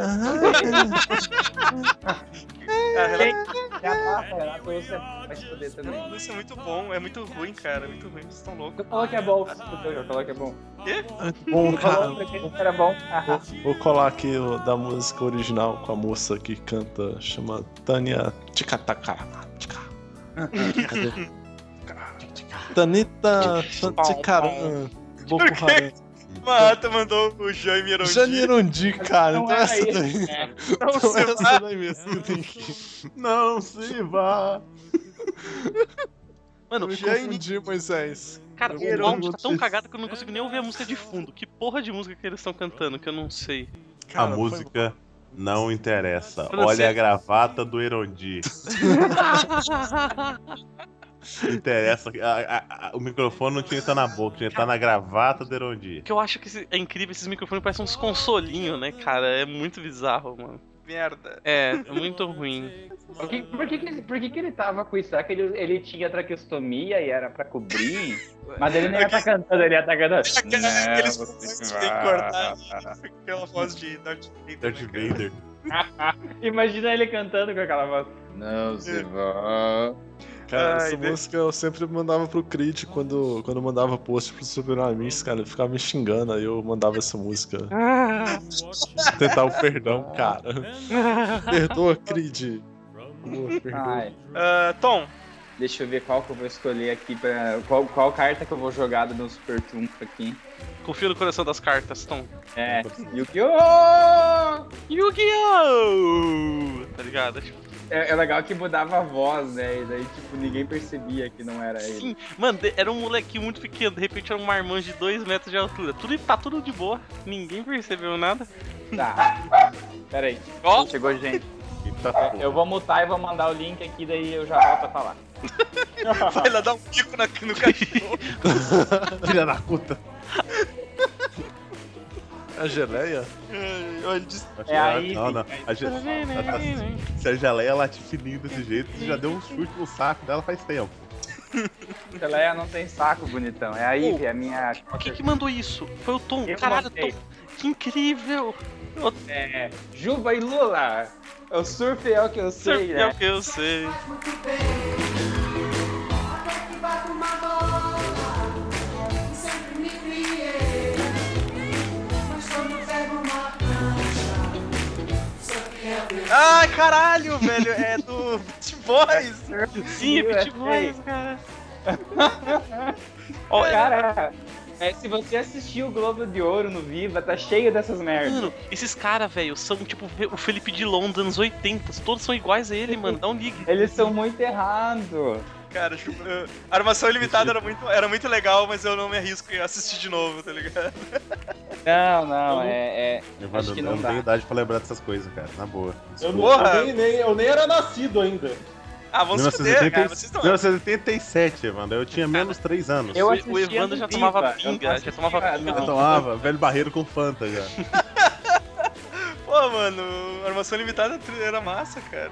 É, É Não, Isso é muito bom, é muito ruim, cara. É muito ruim, vocês estão loucos. Falou que é bom, falou que é bom. Quê? é Bom, cara, Falou pra quem era é bom. Ah, vou, vou colar aqui o da música original com a moça que canta, chama Tânia Ticatacá. Tanita Tanticaran. Boku Haran. Mata mandou o Jaime Erondi. Janirundi, cara. Não Então era essa isso, daí. né? Então Não se essa vá. daí mesmo que tem que. Não se vá. Mano, eu me confundi, é Moisés. Cara, Eu o áudio tá tão confundi. cagado que eu não consigo nem ouvir a música de fundo. Que porra de música que eles estão cantando que eu não sei. A música não interessa. Francês. Olha a gravata do Erondi. interessa. A- a- a- o microfone não tinha que estar na boca, tinha que estar na gravata do Erondi. Que eu acho que esse- é incrível, esses microfones parecem uns consolinhos, né, cara? É muito bizarro, mano. Merda. É, é muito ruim. Por que, por que, que ele- por que que ele tava com isso? Será que ele, ele tinha traqueostomia e era pra cobrir? Mas ele não ia estar cantando, ele ia estar cantando. Não, Aqueles você que tem que vai. cortar aquela voz de Darth Vader. Darth Vader. Imagina ele cantando com aquela voz. Não se vá. Cara, Ai, essa Deus. música eu sempre mandava pro Crit quando, quando eu mandava post pro Super Amigos, cara. Ele ficava me xingando, aí eu mandava essa música. Ah. Tentar o perdão, cara. Perdoa, Creed. Boa, perdoa. Ai. Ah, Tom. Deixa eu ver qual que eu vou escolher aqui pra. Qual, qual carta que eu vou jogar do meu super trunfo aqui. Confia no coração das cartas, Tom. É. Yu-Gi-Oh! Yu-Gi-Oh! Tá ligado? Tipo, É, é legal que mudava a voz, né? E daí, tipo, ninguém percebia que não era ele. Sim, mano, de- era um molequinho muito pequeno, de repente era um marmanjo de 2 metros de altura. Tudo, tá tudo de boa, ninguém percebeu nada. Tá. Pera aí. Chegou gente. Eita, Eu vou mutar e vou mandar o link aqui, daí eu já volto a falar. Vai lá dar um pico na, no cachorro. Filha da puta. A geleia? Olha, diz- É aí, Não, não. A ge- Se a geleia late fininho desse jeito, você já deu um chute no saco dela faz tempo. Geleia não tem saco, bonitão. É a Ivy, a minha. Quem Uh. que mandou isso? Foi o Tom. Eu Caralho, mandei. Tom. Que incrível! É. Juba e Lula! O surf é o que eu sei, Surf né? é o que eu sei. Ai, caralho, velho. É do Beat Boys. Sim, é Beat Boys, cara. Cara, é, se você assistiu o Globo de Ouro no Viva, tá cheio dessas merdas. Mano, esses caras, velho, são tipo o Felipe Dilon dos anos 80. Todos são iguais a ele, mano. Dá um ligue. Eles são muito errados. Cara, chupa- eu- Armação Ilimitada era muito, era muito legal, mas eu não me arrisco em assistir de novo, tá ligado? Não, não, é. é Eu, acho eu que não, não dá. tenho idade pra lembrar dessas coisas, cara. Na boa. Eu, não- Desculpa. eu nem, nem- eu nem era nascido ainda. Ah, 1980 1987, mano. Eu tinha menos 3 anos. Eu O assistia Evandro no já Viva, tomava eu pinga, já assistia- tomava pinga. Eu do- tomava velho barreiro com Fanta já. Pô, mano, Armação Limitada era massa, cara.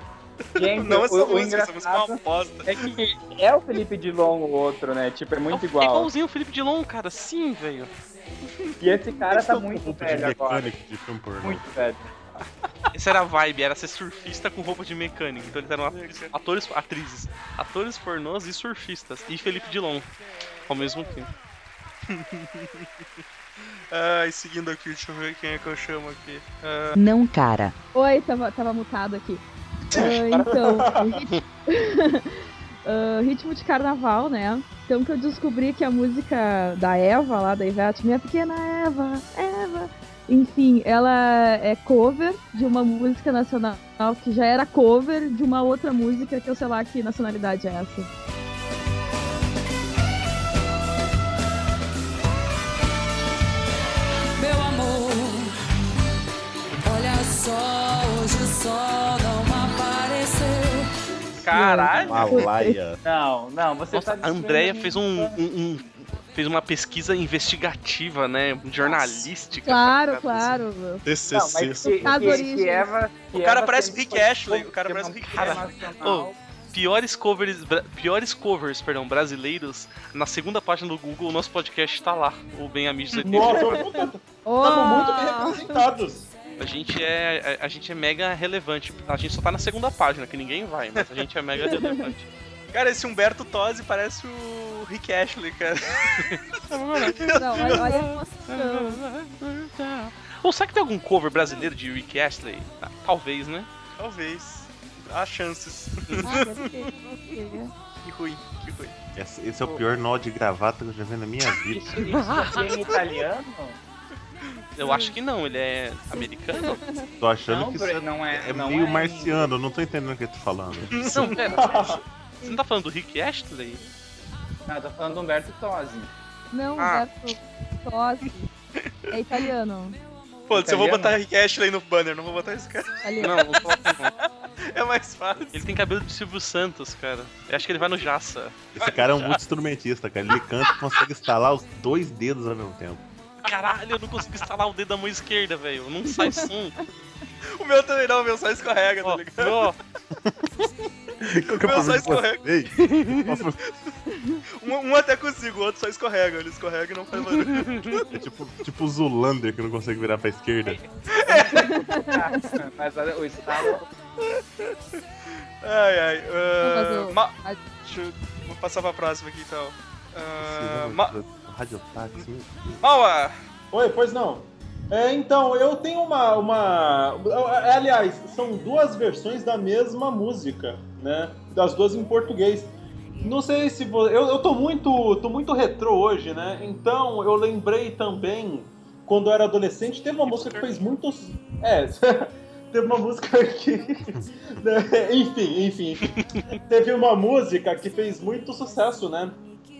Gente, não essa É, o- o música, essa música é uma engraçado bosta. É que é o Felipe Dilon o outro, né? Tipo, é muito É igual. igualzinho o Felipe Dilon, cara. Sim, velho. E esse cara Esse é tá o muito grupo de velho agora. mecânico de filme pornô. Muito velho. Essa era a vibe, era ser surfista com roupa de mecânico. Então eles eram atores, atores- atrizes, atores pornôs e surfistas. E Felipe Dilon, ao mesmo tempo. Ai, seguindo aqui, deixa eu ver quem é que eu chamo aqui. Ah, Não, cara. Oi, tava, tava mutado aqui. Ah, então, o rit- Ah, ritmo de carnaval, né? Então que eu descobri que a música da Eva, lá da Ivete, minha pequena Eva, Eva. Enfim, ela é cover de uma música nacional que já era cover de uma outra música que eu sei lá que nacionalidade é essa. Meu amor, olha só, hoje o sol não apareceu. Caralho! Himalaia. Não, não, você Nossa, tá a Andrea fez um, um- um- fez uma pesquisa investigativa, né? Jornalística. Claro, claro. TCC, que, As que, que origens. Eva, que O cara Eva parece o teve- Rick Ashley, o cara parece o Rick Cara, Ashley. Oh, ô, piores covers, bra- piores covers, perdão, brasileiros, na segunda página do Google, o nosso podcast tá lá, o Bem Amigos 84. Nossa, eu tô- tamo muito bem representados. A gente é, a, a gente é mega relevante. A gente só tá na segunda página, que ninguém vai, mas a gente é mega relevante. Cara, esse Humberto Tosi parece o Rick Ashley, cara. Não, olha, olha a emoção. Ou será que tem algum cover brasileiro de Rick Astley? Ah, Talvez, né? Talvez. Há chances. Ah, né? que ruim, que ruim. Esse, esse é o pior nó de gravata que eu já vi na minha vida. Isso é em italiano? Eu acho que não, ele é americano? Tô achando Não, que Bre- isso não é- é não meio é. marciano, eu não tô entendendo o que tu tá falando. Não, pera. Você não tá falando do Rick Astley? Não, eu tô falando do Humberto Tosi. Não, Ah. Humberto Tosi. É italiano. Pô, se eu vou Italiano? botar Rick Ashley no banner, não vou botar esse cara. Italiano. Não, não coloca não. É mais fácil. Ele tem cabelo de Silvio Santos, cara. Eu acho que ele vai no Jaça. Esse cara é um muito instrumentista, cara. Ele canta e consegue instalar os dois dedos ao mesmo tempo. Caralho, eu não consigo instalar o dedo da mão esquerda, velho. Não sai som. O meu também não, o meu só escorrega, tá ligado? Ó, Qual que é o Meu, só problema de escorrega. vocês? Qual foi- Um, um até consigo, o outro só escorrega. Ele escorrega e não faz barulho. É tipo, tipo o Zulander que não consegue virar pra esquerda. Mas olha, o estado. Ai, ai. ah, Vamos fazer o- ma- Deixa eu... Vou passar pra próxima aqui, então. Ah, ma... Rádio assim, Táxi. Maua! Oi, pois não. É, então, eu tenho uma, uma. é, Aliás, são duas versões da mesma música, né? Das duas em português. Não sei se. vo- Eu, eu tô muito. tô muito retrô hoje, né? Então eu lembrei também, quando eu era adolescente, teve uma música que fez muitos. É. Teve uma música que. né, enfim, enfim, enfim. Teve uma música que fez muito sucesso, né?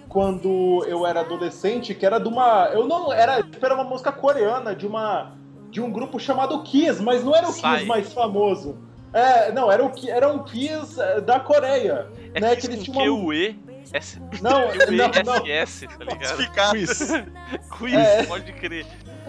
quando eu era adolescente, que era de uma. Eu não. Era, tipo, era uma música coreana de uma. De um grupo chamado Kiss, mas não era o Sai. Kiss mais famoso. É, não, era, o, Ki- era um Kiss eh, da Coreia. é né, que que eles com tinham uma- QE. S... Não, não, não. QESS, tá ligado? um Falsificado. Quiz. Quiz, É. pode crer.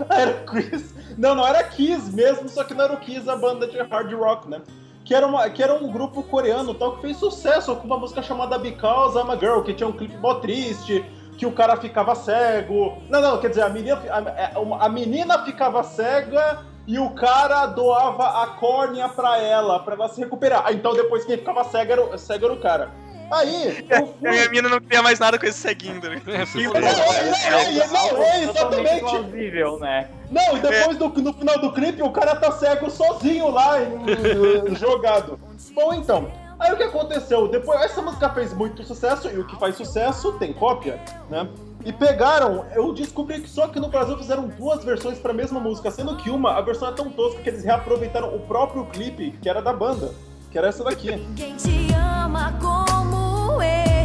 Era Kiss. Não, não era Kiss mesmo, só que não era o Kiss, a banda de hard rock, né? Que era, uma, que era um grupo coreano tal que fez sucesso com uma música chamada Because I'm a Girl, que tinha um clipe mó triste, que o cara ficava cego. Não, não, quer dizer, a menina, a, a menina ficava cega e o cara doava a córnea pra ela, pra ela se recuperar. Ah, Então depois quem ficava cego era, o- cego era o cara. Aí, eu E fui. É, a minha mina não queria mais nada com esse ceguinho, tá ligado? é, é, é, Totalmente exatamente. plausível, né? Não, e depois do, no final do clipe o cara tá cego sozinho lá, em- jogado. Bom, então, aí o que aconteceu? Depois, essa música fez muito sucesso, e o que faz sucesso tem cópia, né? E pegaram, eu descobri que só que no Brasil fizeram duas versões pra mesma música, sendo que uma, a versão é tão tosca que eles reaproveitaram o próprio clipe, que era da banda, que era essa daqui. Quem te ama como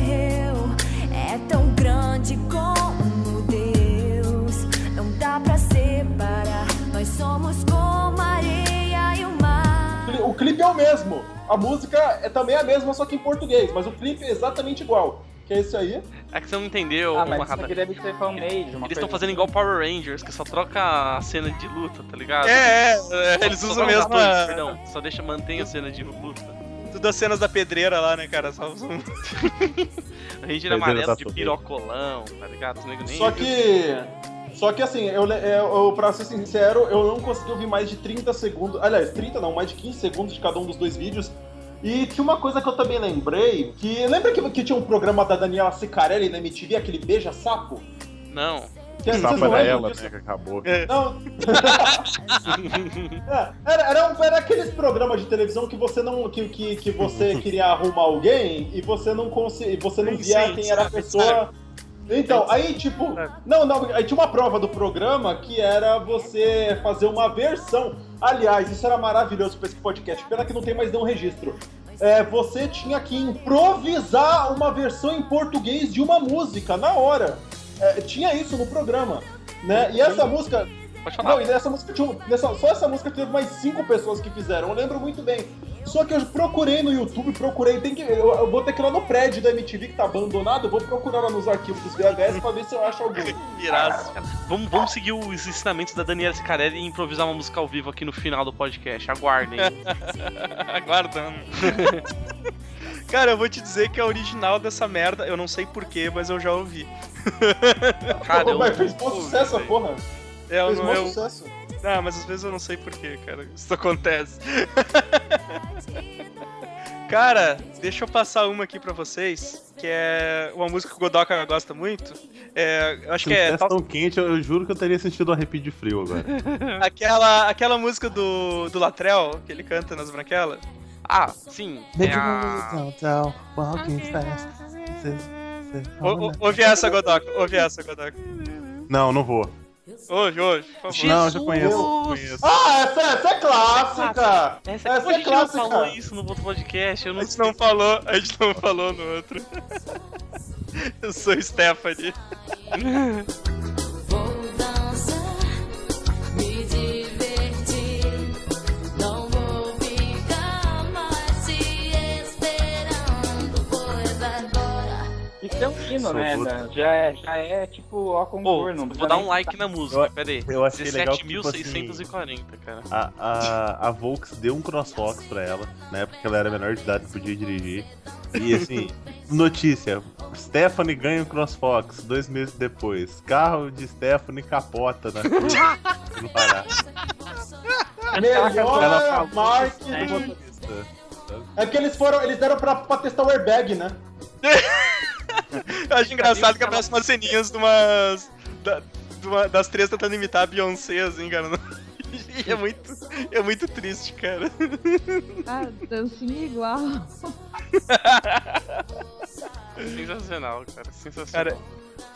eu é tão grande como Deus. Não dá pra separar, nós somos como a areia e o mar. O clipe é o mesmo, a música é também a mesma, só que em português, mas o clipe é exatamente igual, que é esse aí. É que você não entendeu, Ah, mas uma isso rata. Deve ser fanmade, uma Eles coisa assim. estão fazendo igual Power Rangers, que só troca a cena de luta, tá ligado? É, é, é, eles Só usam troca os mesmo atores, a- Perdão, só deixa, mantém a cena de luta. Tudo as cenas da pedreira lá, né, cara? Só usam. A gente Pedreiro era amarelo da de tá Torre. pirocolão, tá ligado? Os negros nem. Só que Só que assim, eu, le- eu, eu, pra ser sincero, eu não consegui ouvir mais de 30 segundos. Aliás, 30 não, mais de 15 segundos de cada um dos dois vídeos. E tinha uma coisa que eu também lembrei, que. Lembra que, que tinha um programa da Daniela Sicarelli na MTV, aquele beija-sapo? Não. Que vocês Sapa não é era lembram ela, disso? né? Que acabou. Não. É, era, era, um- era aqueles programas de televisão que você não. que, que, que você queria arrumar alguém e você não conseguia. Você não Sim, via sim, quem era a sabe, pessoa. sabe. É. Então, aí tipo. Não, não, aí tinha uma prova do programa que era você fazer uma versão. Aliás, isso era maravilhoso pra esse podcast. Pena que não tem mais nenhum registro. É, você tinha que improvisar uma versão em português de uma música na hora. É, tinha isso no programa. Né? E essa música. Não, e nessa música tinha. um- nessa- só essa música teve mais cinco pessoas que fizeram, eu lembro muito bem. Só que eu procurei no YouTube, procurei, tem que. Eu, eu vou ter que ir lá no prédio da MTV que tá abandonado, eu vou procurar lá nos arquivos dos VHS pra ver se eu acho algum. Ah, Irado, cara. Vamos, vamos seguir os ensinamentos da Daniela Sicarelli e improvisar uma música ao vivo aqui no final do podcast. Aguardem. Aguardando. Cara, eu vou te dizer que a original dessa merda, eu não sei porquê, mas eu já ouvi. Cara, eu- Mas fez bom sucesso, a porra. Eu Fez Então, não, bom eu... sucesso. Ah, mas às vezes eu não sei porquê, cara. Isso acontece. cara, deixa eu passar uma aqui pra vocês, que é uma música que o Godoka gosta muito. É, eu acho Se que não é tivesse tão quente, eu, eu juro que eu teria sentido um arrepio de frio agora. aquela, aquela música do, do Latrell, que ele canta nas branquelas. Ah, sim. O- o- ouve essa, Godoka. Ouve essa, Godoka. Não, não vou. Hoje, hoje, por favor. Não, eu já conheço. conheço. Ah, essa, essa é clássica! Essa, Essa Pô, a é gente não falou clássica! isso no outro podcast. Eu não A gente não falou, a gente não falou no outro. Eu sou Stephanie. Vou dançar, me divertir. Não vou ficar mais te esperando, pois agora. Isso é um hino, Sou né? outro. Dan? Já é, já é tipo ó Pô, concurso. não vou precisa dar nem um like na música, pera aí. eu achei legal que, tipo 17.640, cara. A, a, a Volks deu um crosswalks pra ela, na época que ela era menor de idade, podia dirigir. E assim, notícia: Stephanie ganha o crosswalks dois meses depois. Carro de Stephanie capota na curva no Pará. Ela Melhor falou do né, marketing. motorista. É porque eles foram. Eles deram pra, pra testar o airbag, né? Eu acho engraçado que é aparece umas ceninhas de umas. da- de uma- das três tentando imitar a Beyoncé, assim, cara. E é muito, é muito triste, cara. Ah, dancinha igual. Sensacional, cara. Sensacional.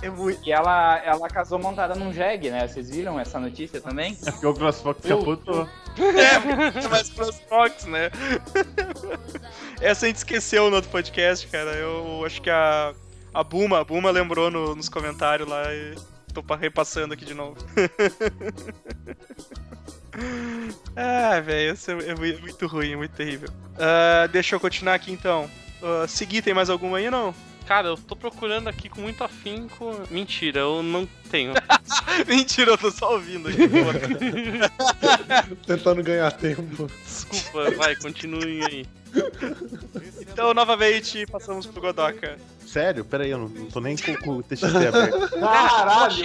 é muito. E ela, ela casou montada num jegue, né? Vocês viram essa notícia também? É porque o crosswalks capotou. É, mas pros Fox, né? Essa a gente esqueceu no outro podcast, cara. Eu acho que a, a Buma, a Buma lembrou no- nos comentários lá e tô pa- repassando aqui de novo. ah, velho, isso é, é mui- é muito ruim, é muito terrível. Ah, deixa eu continuar aqui então. Ah, seguir, tem mais alguma aí não? Cara, eu tô procurando aqui com muito afinco. Mentira, eu não tenho. Mentira, eu tô só ouvindo aqui. Tentando ganhar tempo. Desculpa, vai, continue aí. então, novamente, passamos pro Godoka. Sério? Pera aí, eu não, não tô nem com, com o TXT aberto. Caralho!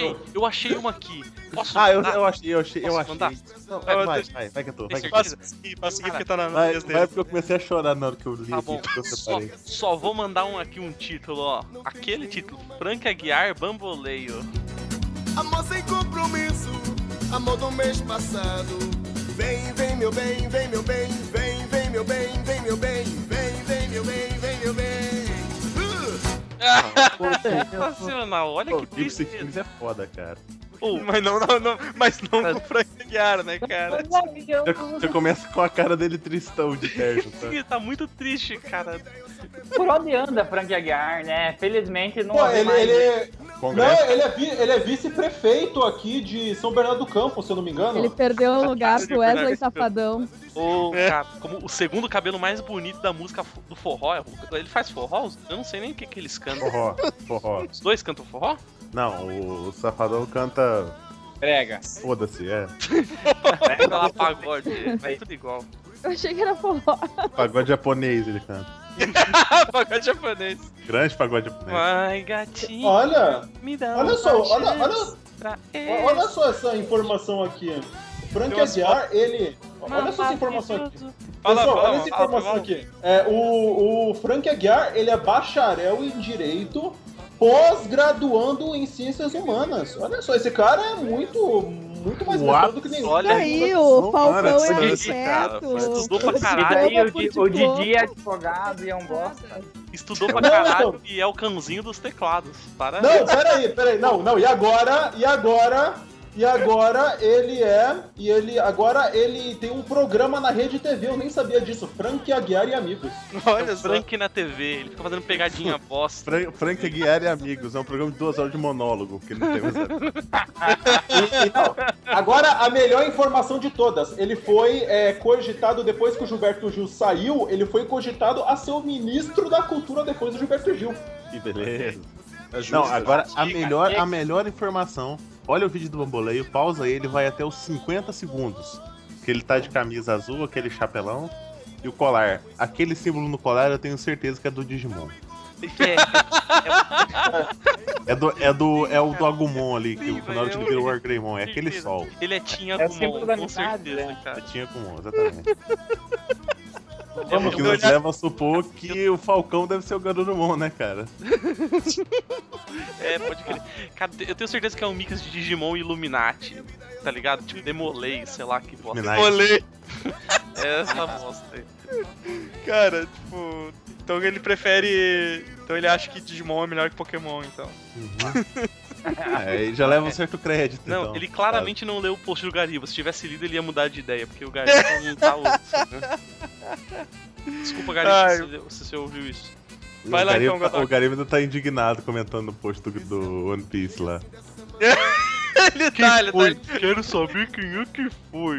Eu achei, eu achei uma aqui. Posso Ah, eu, mandar? eu achei, eu achei, eu Posso achei. mandar? Não, Eu- eu- vai, vai, vai que eu tô, vai que eu tô. Posso seguir, posso seguir porque tá na na Vai, mesa vai dele. porque eu comecei a chorar na hora que eu li Tá aqui bom. que eu Só, separei. só vou mandar um aqui um título, ó. Aquele título, Franca Guiar Bamboleio. Amor sem compromisso, amor do mês passado. Vem, vem meu bem, vem meu bem, vem, vem meu bem, vem meu bem, vem, vem meu bem, vem meu bem. Uh! Sensacional, olha que Deep tristeza. Six Kings é foda, cara. Mas não, não, não, mas não com o Frank Guiar, né, cara? Já, já começa com a cara dele tristão de terno, tá? Ih, Tá muito triste, cara. Por onde anda Frank Aguiar, né? Felizmente não Pô, houve ele, mais. ele, Congresso. não, ele é, vi- ele é vice-prefeito aqui de São Bernardo do Campo, se eu não me engano. Ele perdeu o lugar pro Wesley Safadão. Ô, cara, como o segundo cabelo mais bonito da música fo- do forró, é o- ele faz forró? Eu não sei nem o que, que eles cantam. Forró, forró. Os dois cantam forró? Não, o, o Safadão canta. Prega. Foda-se, é. Pega lá pagode, é tudo igual. Eu achei que era forró. Pagode japonês ele canta. Pagode japonês. Grande pagode japonês. Ai, gatinho. Olha, Me dá um olha uma só, olha, chance olha, pra o- olha só essa informação aqui. Frank Tem umas Aguiar, fotos. ele. Olha só essa Mamá, informação aqui. gostoso. Fala, Pessoal, fala, olha essa fala, informação fala. aqui. É, o, o Frank Aguiar, ele é bacharel em Direito, pós-graduando em Ciências Humanas. Olha só, esse cara é muito, muito mais What? pesado do que ninguém. Olha aí, o Falcão é Olha isso, arquiteto. Estudou é pra Daí caralho. o, Di- o Didi é advogado e é um bosta. Estudou pra Não, caralho e é o cãozinho dos teclados. Para. Não, peraí, peraí. Não, não, e agora? E agora? E agora ele é. E ele. Agora ele tem um programa na rede TV, eu nem sabia disso. Frank Aguiar e Amigos. Olha Frank na TV, ele fica fazendo pegadinha bosta. Fran- Frank Aguiar e Amigos, é um programa de duas horas de monólogo, que não tem mais nada. E- e não, agora, a melhor informação de todas. Ele foi é, cogitado, depois que o Gilberto Gil saiu, ele foi cogitado a ser o ministro da cultura depois do Gilberto Gil. Que beleza. justo. Não, agora a Diga, melhor, diga. a melhor informação. Olha o vídeo do Bamboleio, pausa ele, vai até os 50 segundos. Que ele tá de camisa azul, aquele chapelão e o colar. Aquele símbolo no colar eu tenho certeza que é do Digimon. É do é do é o do Agumon ali, que o final de Little War Greymon, é aquele sol. Ele é Tinha É o Agumon, símbolo da com amizade, certeza, né? cara. Tinha Agumon, exatamente. É Vamos o que olhar- nos leva a supor que o Falcão deve ser o Garurumon, né, cara? É, pode crer. Cara, eu tenho certeza que é um mix de Digimon e Illuminati, tá ligado? Tipo, Demolei, sei lá que bosta. Illuminati. Demolei. É essa bosta aí. Cara, tipo. Então ele prefere. Então ele acha que Digimon é melhor que Pokémon, então. É, e já leva um certo crédito. Não, então. ele claramente não leu o post do Gariba. Se tivesse lido, ele ia mudar de ideia, porque o Gariba não tá outro, né? Desculpa, Gariba, Ai. se, você- se você ouviu isso. Vai o lá Gariba, então, Godoy. O Gariba ainda tá indignado comentando o post do, do One Piece lá. ele tá, ele foi? tá. Quero saber quem é que foi.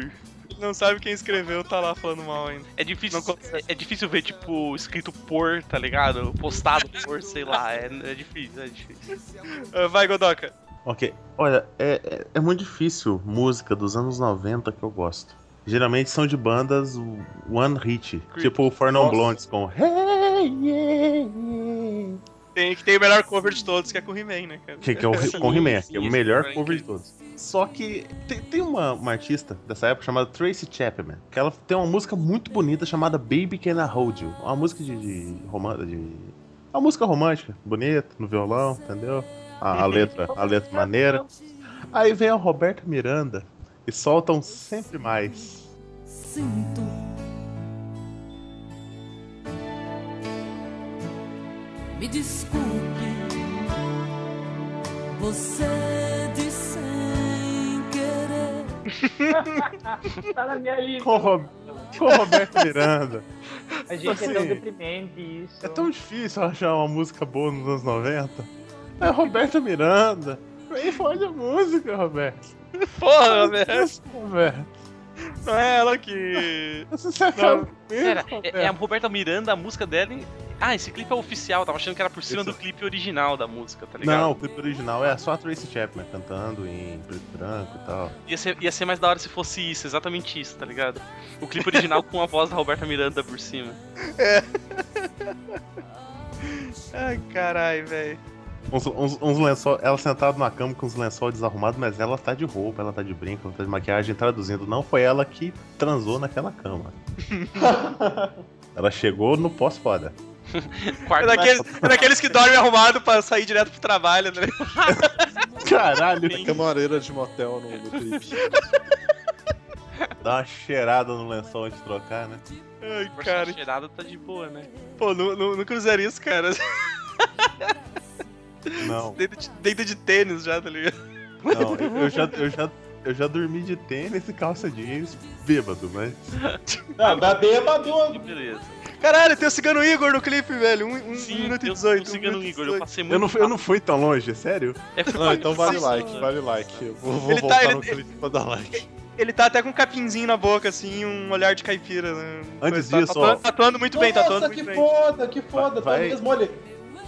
Ele não sabe quem escreveu, tá lá falando mal ainda. É difícil, é, é difícil ver, tipo, escrito por, tá ligado? Postado por, sei lá. É, é difícil, é difícil. Ah, Vai, Godoka. Ok. Olha, é, é- é muito difícil música dos anos 90 que eu gosto. Geralmente são de bandas one hit, tipo o For Non Blondes com Tem que tem o melhor cover de todos, que é com o He-Man, né, cara? que, que é o com He-Man, que é o melhor cover de todos. Só que tem, tem uma, uma artista dessa época chamada Tracy Chapman, que ela tem uma música muito bonita chamada Baby Can I Hold You. É Uma música de, de romântica, de... é Uma música romântica, bonita, no violão, entendeu? A, a letra, a letra maneira. Aí vem a Roberta Miranda e soltam sempre mais. Sinto Me desculpe Você disse sem querer Tá na minha lista. Com, Ro- com Roberta Miranda. A gente é tão Assim, deprimente isso. É tão difícil achar uma música boa nos anos 90. É Roberta Miranda. Vem fode a música, Roberto. Porra, É. velho. Roberto. Não é ela que. Não. Pera, é, é a Roberta Miranda, a música dela. e- Ah, esse clipe é oficial, tava achando que era por cima do clipe original da música, tá ligado? Não, o clipe original é só a Tracy Chapman cantando em preto e branco e tal. Ia ser, ia ser mais da hora se fosse isso, exatamente isso, tá ligado? O clipe original com a voz da Roberta Miranda por cima. Ai, carai, velho. Uns, uns, uns lençol, ela sentada na cama com os lençóis desarrumados, mas ela tá de roupa, ela tá de brinco, ela tá de maquiagem, traduzindo. Não foi ela que transou naquela cama. ela chegou no pós-foda. É daqueles, é daqueles que dormem arrumado pra sair direto pro trabalho, né? Caralho, Camareira de motel no, no clipe. Dá uma cheirada no lençol antes de trocar, né? Ai, cara. cheirada tá de boa, né? Pô, não, não, não cruzaria isso, cara. Não. Deita de, deita de tênis já, tá ligado? Não, eu, eu já, eu, já, eu já dormi de tênis e calça jeans bêbado, mas. Não, da bêbado. Beleza. Caralho, tem o Cigano Igor no clipe, velho. Um, um minuto e 18. Cigano Igor, eu passei muito. Eu não, fui- eu não fui tão longe, é sério? Não, então vale like, vale like. Eu vou, vou Ele tá- voltar ele- no clipe pra dar like. Ele tá até com um capinzinho na boca, assim, um olhar de caipira, né? Antes Tá- disso, tá, ó. atuando- tá atuando muito bem, tá Nossa, atuando que muito bem. foda, que foda. Vai- tá mesmo, olha.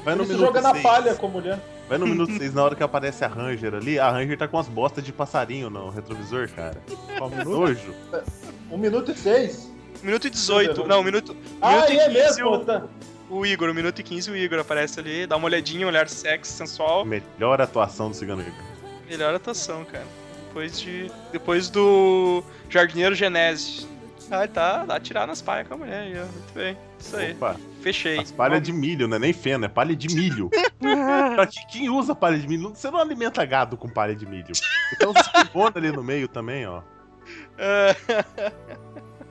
Vai no ele se minuto joga na seis. palha com a mulher. Vai no minuto 6, na hora que aparece a Ranger ali, a Ranger tá com umas bostas de passarinho no retrovisor, cara. Com nojo. Um minuto e seis? Minuto e 18. Não, minuto. Ah, minuto é e 15, mesmo, o- tá. o Igor, o minuto e 15, o Igor aparece ali, dá uma olhadinha, um olhar sexy, sensual. Melhor atuação do Cigano Igor. Melhor atuação, cara. Depois de. Depois do Jardineiro Genésio. Ah, ele tá, tá atirado nas palhas com a mulher aí, ó. Muito bem. Isso aí. Opa. Fechei. As palhas de milho, não é nem feno, é palha de milho. pra que- quem usa palha de milho? Você não alimenta gado com palha de milho. Então os cibona ali no meio também, ó. É,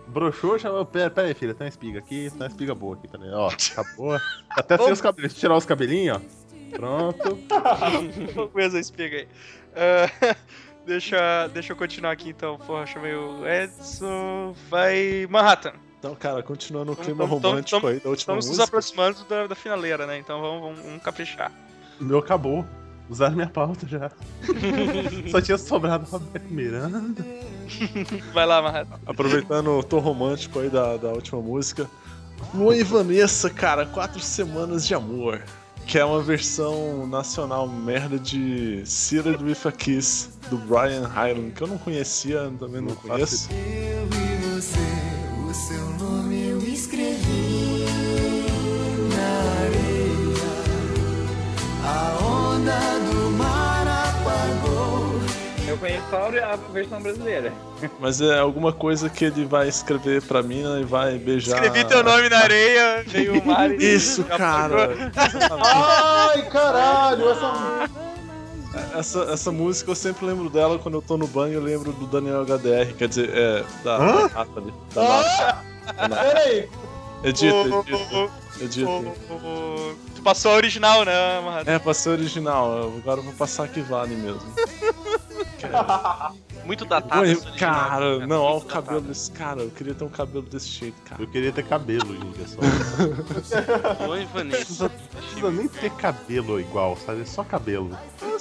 Broxou, já. Pera, pera aí, filha, tem uma espiga aqui, tem uma espiga boa aqui também. Ó, tá boa. Até sem os cabelos. Deixa eu tirar os cabelinhos, ó. Pronto. Uma coisa, explica aí. Ah, deixa, deixa eu continuar aqui então, porra, chamei o Edson. Vai. Manhattan. Então, cara, continuando o clima Tamo- tamo- romântico tamo- aí da última Estamos nos música. aproximando da, da finaleira, né? Então vamos, vamos, vamos caprichar. O meu acabou. Usaram minha pauta já. Só tinha sobrado o Roberto Miranda. Vai lá, Manhattan. Aproveitando o tom romântico aí da, da última música. Luan e Vanessa, cara, quatro semanas de amor. Que é uma versão nacional merda de Seared with a Kiss, do Brian Hyland, que eu não conhecia, também não, conheço. Eu e você, o seu nome eu escrevi na areia. A onda do mar apagou. Eu conheço só a versão brasileira. Mas é alguma coisa que ele vai escrever pra mim né, e vai beijar. Escrevi teu nome na areia, veio o mar e. Ah. Isso, cara. Ai, caralho, essa. Essa, essa música eu sempre lembro dela quando eu tô no banho, eu lembro do Daniel HDR, quer dizer, é, da Hã? da Nathalie. Da Nathalie. Da Nathalie. Peraí. Edita, O- edita. Edita. o- o- o- Tu passou a original, né, Manhattan? É, passei original, eu- agora eu vou passar a que vale mesmo. Muito datado Oi, isso original. cara, não, olha o cabelo desse cara, eu queria ter um cabelo desse jeito, cara. Eu queria ter cabelo, gente, é só. Oi, Vanessa. Não precisa nem ter cabelo igual, sabe? É só cabelo.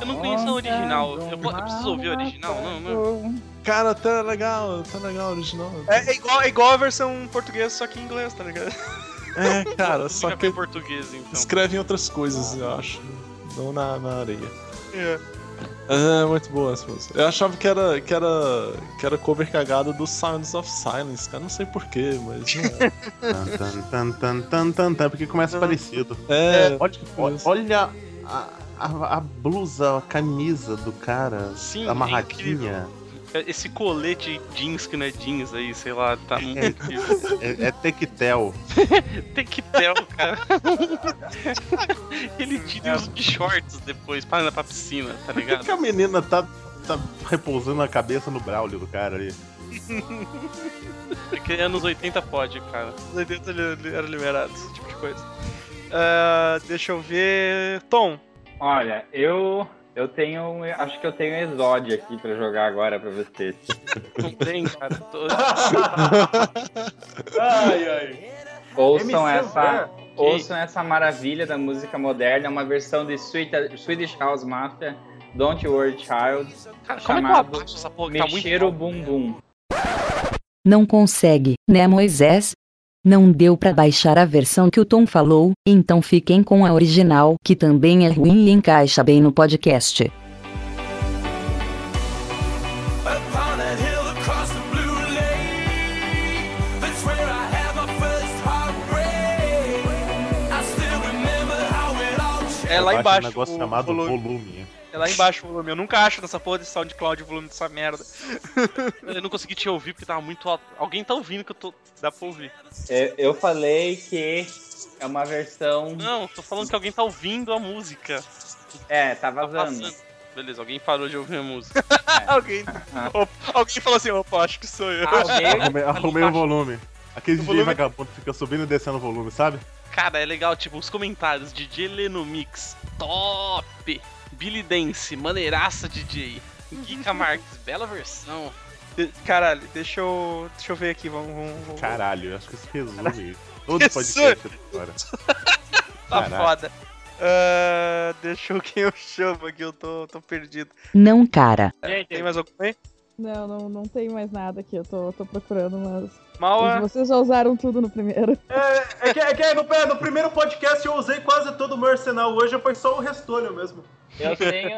Eu não conheço a original. Eu, po- eu preciso ouvir a original? Não, não. Cara, tá legal, tá legal a original. É, é igual, é igual a versão portuguesa, só que em inglês, tá ligado? É, cara, só que Em português, então. escrevem outras coisas, eu acho. Não na, na areia. É. É muito boa essa música. Eu achava que era, que era, que era cover cagada do Sounds of Silence, cara. Não sei porquê, mas não é. Tan, tan, tan, tan, tan, tan, porque começa parecido. É. Olha, que- olha- olha a, a- a blusa, a camisa do cara é Sim, amarradinha. Esse colete jeans que não é jeans aí, sei lá, tá muito difícil. É, é tectel. Tem que ter, cara. Ele tira os shorts depois pra, pra piscina, tá Por que, ligado? que a menina tá, tá repousando a cabeça no braulio do cara ali? Porque é anos 80 pode, cara. Os 80 li- li- era liberado, esse tipo de coisa. Ah, deixa eu ver. Tom. Olha, eu. Eu tenho. Acho que eu tenho Exódio aqui pra jogar agora pra vocês. Não tem, cara. Tô... Ai, ai. Ouçam MC essa, Van. ouçam essa maravilha da música moderna, é uma versão de Sweet- Swedish House Mafia, Don't Worry Child, Como é que eu chamado abaixo essa porra que tá muito Mexer o Bumbum. Não consegue, né, Moisés? Não deu pra baixar a versão que o Tom falou, então fiquem com a original, que também é ruim e encaixa bem no podcast. Upon a hill across the blue lake, that's where I had my first heartbreak. I still remember how it all É lá Abaixa embaixo Um negócio o chamado volume. volume. É lá embaixo o volume. Eu nunca acho nessa porra de SoundCloud o volume dessa merda. Eu não consegui te ouvir porque tava muito alto. Alguém tá ouvindo que eu tô. Dá pra ouvir. É, Eu, eu falei que é uma versão. Não, tô falando que alguém tá ouvindo a música. É, tá vazando. Passando. Beleza, alguém parou de ouvir a música. alguém, opa, alguém falou assim: opa, acho que sou Ah, eu. Arrumei, arrumei o volume. Aquele DJ vagabundo que fica subindo e descendo o volume, sabe? Cara, é legal, tipo, os comentários. DJ Lenomix, top! Billy Dance, maneiraça DJ. Kika Marques, bela versão. De- Caralho, deixa eu. Deixa eu ver aqui, vamos. vamos, vamos. Caralho, eu acho que isso resume todo Isso. podcast agora. Tá Caralho. foda. Ah, deixa eu quem eu chamo aqui, eu tô, tô perdido. É, Não, cara. Tem mais algum aí? Não, não, não tem mais nada aqui. Eu tô, tô procurando, mas. Maua. Vocês já usaram tudo no primeiro. É, é que, é que no, é, no primeiro podcast eu usei quase todo o meu arsenal. Hoje foi só o restolho mesmo. Eu tenho.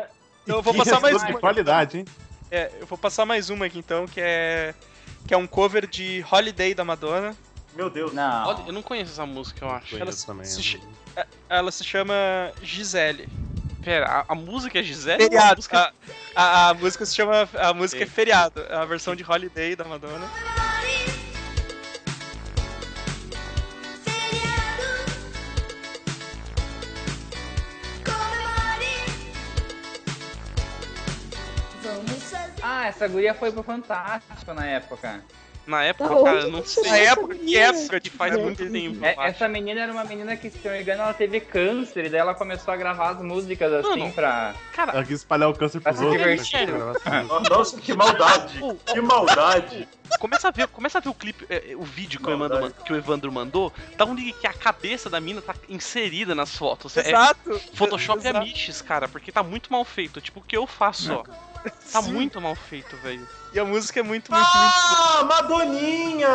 Então eu vou Que passar mais resumo de uma. qualidade, hein? É, eu vou passar mais uma aqui então, que é. que é um cover de Holiday da Madonna. Meu Deus. Não. Olha, Eu não conheço essa música, eu acho. Ela se, né? se chi- é- ela se chama Gisele. Pera, a, a música é Gisele? Feriado. A música- A, a- a música se chama. A música é Feriado. É a versão de Holiday da Madonna. Ah, essa guria foi pro Fantástico na época. Na época, Da cara, onde eu não que sei. essa Na época, que menina? época que faz muito tempo. É, essa menina era uma menina que, se eu não me engano, ela teve câncer e daí ela começou a gravar as músicas assim Mano, pra. Ela quis espalhar o câncer Tá pros se outros. né? divertindo. Nossa, que maldade. Que maldade. Começa a ver, começa a ver o clipe, é, é, o vídeo que o, Evandro, man- que o Evandro mandou, dá um ligue que a cabeça da mina tá inserida nas fotos. É- Exato. Photoshop é Exato. miches, cara, porque tá muito mal feito. Tipo, o que eu faço, ó. Tá muito mal feito, velho. E a música é muito, muito, Ah, Madoninha!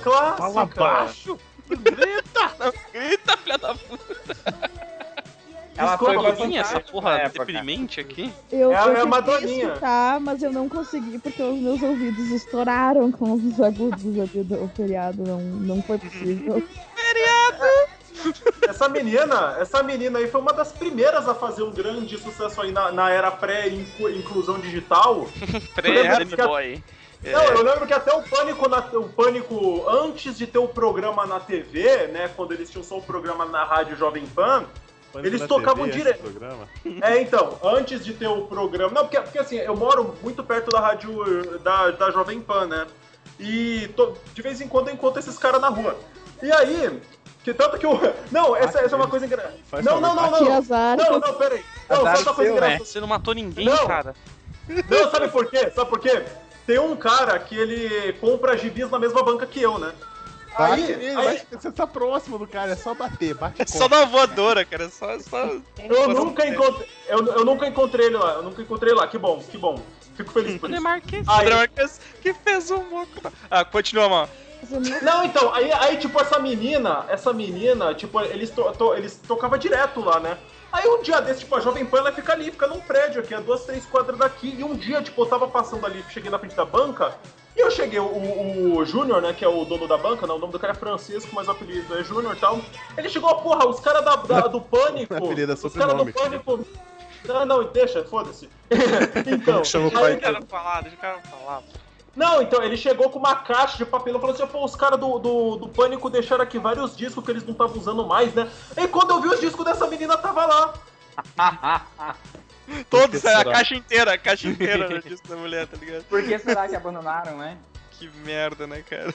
Clássica! Fala baixo. Grita, filha da puta. Ela Foi foi pra Madonna, essa Fantástico porra na época. deprimente aqui? Eu, É eu a- é a tentei Madoninha. escutar, mas eu não consegui porque os meus ouvidos estouraram com os agudos ali do feriado. Não, não foi possível. Uhum. assim. Essa menina, essa menina aí foi uma das primeiras a fazer um grande sucesso aí na, na era pré-inclusão digital. Pré, Lembra que a- boy. Não, eu lembro que até o pânico, na- o pânico antes de ter o programa na TV, né? Quando eles tinham só o programa na rádio Jovem Pan, Pânico eles na tocavam TV, direto. esse programa. É, então, antes de ter o programa. Não, porque, porque assim, eu moro muito perto da rádio eh, da, da Jovem Pan, né? E to- de vez em quando eu encontro esses caras na rua. E aí, que tanto que eu. Não, essa, essa é uma coisa engraçada. Faz Não, favor, não, não, não. bate. Que azar. Não, não, peraí. Não, Azar só uma coisa seu, né? engraçada. Você não matou ninguém, Não. cara. Não, sabe por quê? Sabe por quê? Tem um cara que ele compra gibis na mesma banca que eu, né? Bate Aí, nele, aí- bate- você tá próximo do cara, é só bater, bate e Só corta. dá uma voadora, cara. É Só. só... eu nunca encontrei. Eu, eu nunca encontrei ele lá. Eu nunca encontrei ele lá. Que bom, que bom. Fico feliz por isso. Demarquês. Aí- Drogas Ah, que fez um moco. Ah, continua, mano. Não, então, aí, aí, tipo, essa menina, essa menina, tipo, eles, to, to- eles tocavam direto lá, né? Aí um dia desse, tipo, a Jovem Pan, ela fica ali, fica num prédio aqui, a duas, três quadras daqui. E um dia, tipo, eu tava passando ali, cheguei na frente da banca, e eu cheguei, o, o Júnior, né, que é o dono da banca, né, o nome do cara é Francisco, mas o apelido é Júnior e tal. Ele chegou, porra, os caras da, da- do Pânico, O apelido é os caras do sobrenome, Pânico... Não, não, deixa, foda-se. então, Chama o Deixa aí, pai o cara falar, deixa o cara falar. não, então, ele chegou com uma caixa de papelão e falou assim: pô, os caras do, do, do Pânico deixaram aqui vários discos que eles não estavam usando mais, né? E quando eu vi os discos dessa menina, tava lá. Todos, é, a será? caixa inteira, a caixa inteira do disco da mulher, tá ligado? Por que será que abandonaram, né? Que merda, né, cara?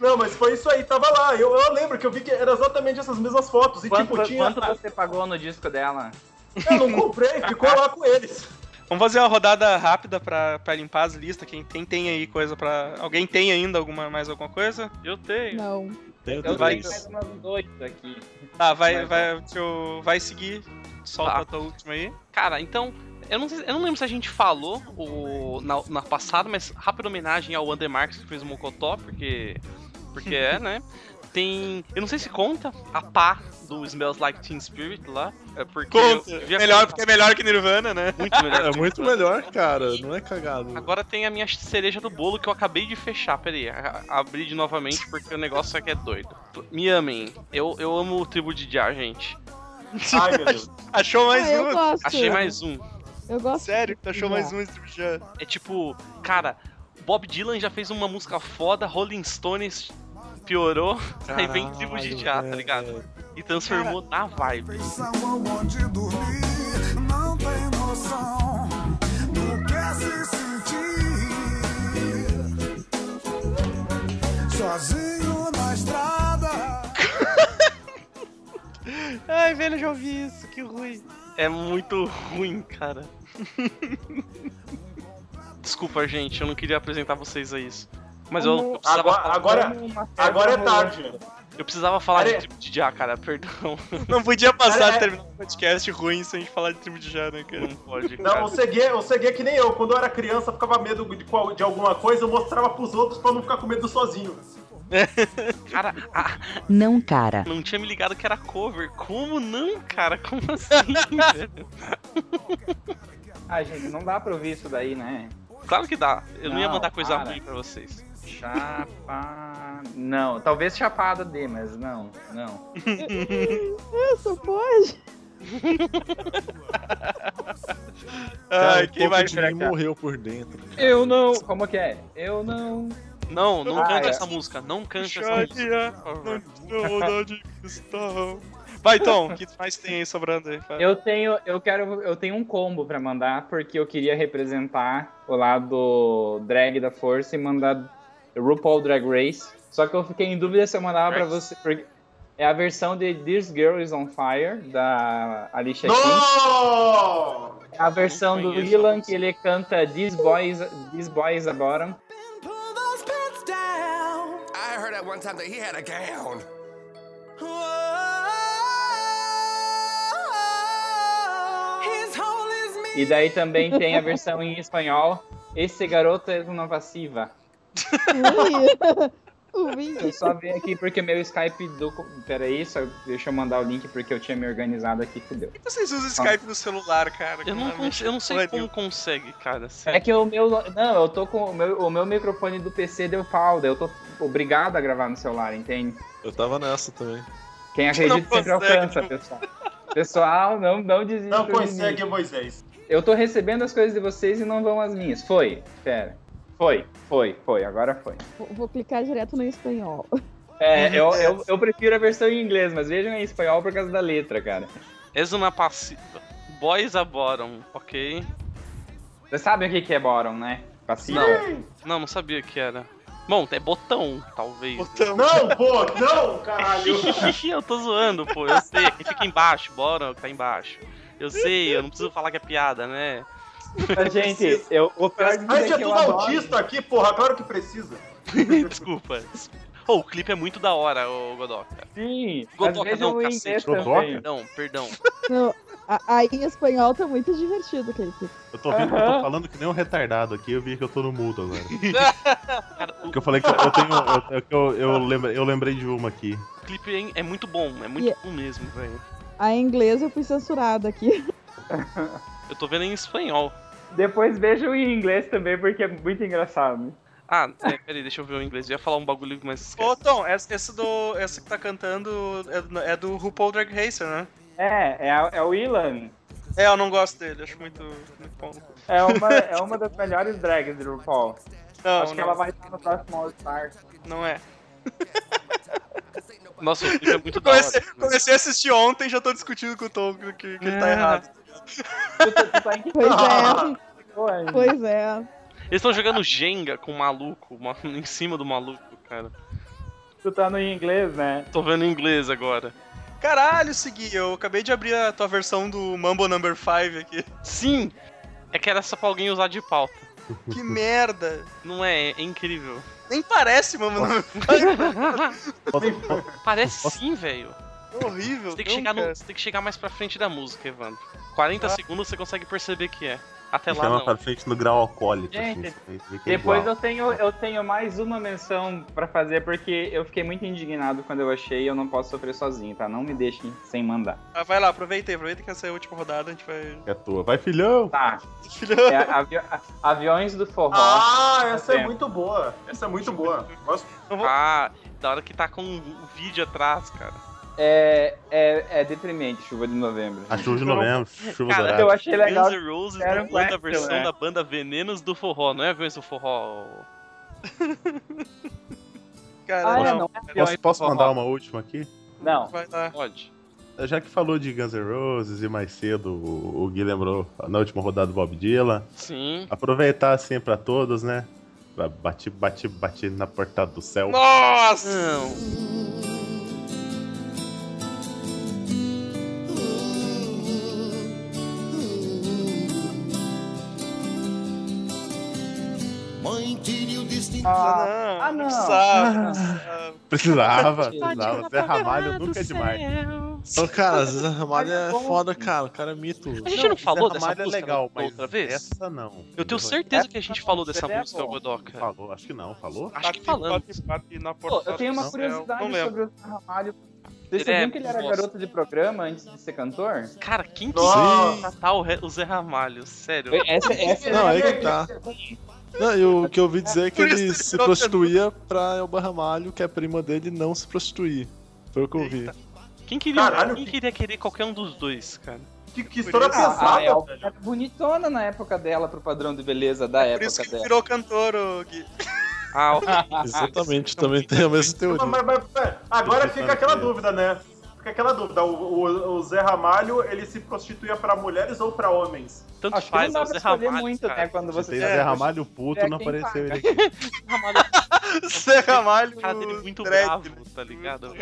Não, mas foi isso aí, tava lá. Eu, eu lembro que eu vi que era exatamente essas mesmas fotos. E Quanto, tipo, tinha. quanto você pagou no disco dela? Eu não comprei, ficou lá com eles. Vamos fazer uma rodada rápida pra, pra limpar as listas. Quem, quem tem aí coisa pra. Alguém tem ainda alguma, mais alguma coisa? Eu tenho. Não. Tem Eu três. tenho. Mais umas dois aqui. Tá, vai, Mas- vai, deixa eu- vai seguir. Ah. Solta a tua última aí. Cara, então, eu não, sei- eu não lembro se a gente falou o, na, na passada, mas rápida homenagem ao Wander Marques que fez o Mocotó, porque. Porque é, né? Tem. Eu não sei se conta a pá do Smells Like Teen Spirit lá. É porque Conta. eu- eu já- Melhor, porque é melhor que Nirvana, né? Muito melhor. É muito melhor, cara. Não é cagado. Agora tem a minha cereja do bolo que eu acabei de fechar. Pera aí, a- a- abri de novamente porque o negócio aqui é doido. Me amem. Eu, eu amo o tribo de Jah, gente. Ai, meu Deus. Achou mais Ah, eu uma? gosto. Achei mais um. Eu gosto. Sério? Tu achou Já. mais um, uma, Steve Jobs? É tipo, cara, Bob Dylan já fez uma música foda, Rolling Stones piorou, aí vem tribo de Jah, tá ligado? E transformou na vibe. São onde dormir, não tem noção do que é se sentir. Sozinho na estrada. Ai, velho, eu já ouvi isso, que ruim. É muito ruim, cara. Desculpa, gente, eu não queria apresentar vocês a isso. Mas eu, eu precisava Agora, falar- um agora, agora é tarde. eu precisava falar de Are- tribo de Jah, cara, perdão. Não podia passar Cara, é- terminar um podcast ruim sem a gente falar de tribo de Jah, né, cara? Não pode, Não, cara. o ceguei, o ceguei que nem eu. Quando eu era criança, eu ficava medo de, qual- de alguma coisa, eu mostrava pros outros pra não ficar com medo sozinho. Cara, ah, Não, cara. não tinha me ligado que era cover. Como não, cara? Como assim? velho? Ah, gente, não dá pra ouvir isso daí, né? Claro que dá. Eu não, ia Não, mandar coisa para. ruim pra vocês. Chapa. Não, talvez chapado dê, mas não, não. Isso, pode. Ai, Cara, quem quem vai vai cracar? morreu por dentro. Eu não. Como que é? Eu não. Não, não Ah, canta é. essa música. Não canta essa Chatear, música. assim. por não favor. tinha vontade de cristão. Vai, Tom, o que mais tem aí sobrando aí? Fala. Eu tenho, eu quero, eu tenho um combo pra mandar porque eu queria representar o lado drag da força e mandar RuPaul Drag Race. Só que eu fiquei em dúvida se eu mandava pra você, porque é a versão de This Girl Is On Fire da Alicia Keys. É a versão do Dylan que ele canta This Boy Is, This Boy Is a Bottom. those pants down. I heard at one time that he had a gown. Whoa. His hole is me. E daí também tem a versão em espanhol Esse Garoto É Uma Passiva. Deixa eu só ver aqui porque meu Skype do. Peraí, só deixa eu mandar o link porque eu tinha me organizado aqui, fudeu. Vocês usam Skype no celular, cara. Eu não, cons- eu não sei Olha, como consegue, cara. É que o meu. Não, eu tô com. O meu, o meu microfone do PC deu pau, daí eu tô obrigado a gravar no celular, entende? Eu tava nessa também. Quem acredita sempre alcança, pessoal. Pessoal, não, não desista. Não de mim. consegue, Moisés. Eu tô recebendo as coisas de vocês e não vão as minhas. Foi, pera. Foi, foi, foi, agora foi. Vou- Vou clicar direto no espanhol. É, eu, eu, eu prefiro a versão em inglês, mas vejam em espanhol por causa da letra, cara. És uma passiva. Boys a bottom, ok? Vocês sabem o que que é bottom, né? Passiva. Não. Não, não sabia o que era. Bom, é botão, talvez. Botão. Não, pô, não, caralho. eu tô zoando, pô. Eu sei. Quem fica embaixo, bora, tá embaixo. Eu sei, eu não preciso falar que é piada, né? Mas, gente, eu, o pior de tudo é Mas é que tudo eu adoro. autista aqui, porra, claro que precisa. Desculpa. Ô, o clipe é muito da hora, ô Godoca. Sim, Godoka vejam não, em cacete. inglês também. Godoka? Perdão, perdão. Não, a- aí em espanhol tá muito divertido, Clipe. Eu tô, ouvindo, eu tô falando que nem um retardado aqui, eu vi que eu tô no mudo agora. Porque eu falei que eu, eu tenho. Eu, eu- que eu, eu, lembrei, eu lembrei de uma aqui. O clipe é- é muito bom, é muito E- bom mesmo, velho. A em inglês eu fui censurada aqui. Eu tô vendo em espanhol. Depois vejam em inglês também, porque é muito engraçado. Ah, é, peraí, deixa eu ver o inglês. Eu ia falar um bagulho, mas esquece. Ô, Tom, essa, essa do, essa que tá cantando é, é do RuPaul Drag Racer, né? É, é, a- é o Ilan. É, eu não gosto dele, acho muito, muito bom. É uma, é uma das melhores drags do RuPaul. Não, Acho que não. ela vai estar no próximo All Star. Não é. Nossa, o clipe é muito da hora. Comecei, comecei a assistir ontem já tô discutindo com o Tom que, que ele tá É. errado. tá Pois é. pois é. Eles estão jogando Jenga com o maluco, ma- em cima do maluco, cara. Tu tá no inglês, né? Tô vendo em inglês agora. Caralho, Segui, eu acabei de abrir a tua versão do Mambo Number 5 aqui. Sim! É que era só pra alguém usar de pauta. Que merda! Não é? É incrível. Nem parece Mambo Number 5. Parece sim, velho. é Horrível. Você tem, que não, chegar no- cara. você tem que chegar mais pra frente da música, Evandro. 40 Ah. segundos você consegue perceber que é. Até lá, Chama não. pra frente no grau alcoólico. Gente, assim, você vê que é Depois igual. eu tenho, eu tenho mais uma menção pra fazer, porque eu fiquei muito indignado quando eu achei e eu não posso sofrer sozinho, tá? Não me deixem sem mandar. Ah, vai lá, aproveita aí, aproveita que essa é a última rodada, a gente vai. É tua. Vai, filhão! Tá. É avi- a- aviões do forró. Ah, essa é Tempo. muito boa. Essa é muito boa. Gosto. Ah, da hora que tá com o vídeo atrás, cara. É, é, é deprimente, chuva de novembro. A chuva de novembro, chuva Cara, dourada. eu achei legal. Guns N' Roses Era um gravou a Clapton, versão é. da banda Venenos do Forró, não é Aviões do Forró? Caralho, Ah, não. Posso, posso mandar uma última aqui? Não. Vai lá. Pode. Já que falou de Guns N' Roses e mais cedo o, o Gui lembrou na última rodada do Bob Dylan, Sim. aproveitar assim pra todos, né? Ba- Bati, bati, bati na porta do céu. Nossa! Uh. Mãe, tire o destino. Ah, não, não precisava, não precisava. Precisava, precisava. Zé Ramalho nunca é demais. Ô, cara, Zé Ramalho é foda, cara. O cara é mito. A gente não, falou Zé dessa Ramalho música é legal, da mas outra vez? Essa não. Eu tenho certeza que a gente falou dessa é música, Godoka. Falou, acho que não, falou? Acho que falamos. Pô, eu tenho uma curiosidade sobre o Zé Ramalho. Vocês sabiam que ele é era garoto de programa antes de ser cantor? Cara, quem que Nossa. tá o Re- o Zé Ramalho? Sério. Essa- essa é a minha- Não, e o que eu ouvi dizer é que Por isso ele ele se não prostituía pra Elba Ramalho, que é a prima dele, não se prostituir. Foi o que eu ouvi. Quem queria, Caralho, quem queria querer qualquer um dos dois, cara? Que, Ah, a Elba era bonitona na época dela, pro padrão de beleza da época isso que dela. virou cantor, o Gui. Ah, Exatamente, também tem a mesma Mas, teoria. mas, mas, é, agora fica aquela dúvida, né? Fica aquela dúvida. O, o- o Zé Ramalho, ele se prostituía pra mulheres ou pra homens? Tanto Acho faz, que não é o dá pra Zé escolher Ramalho, muito, cara. né? Quando Você você... tem É, Zé Ramalho puto, é não quem apareceu ele paga. aqui. é Zé Ramalho. cara dele é muito né? bravo, né? tá ligado?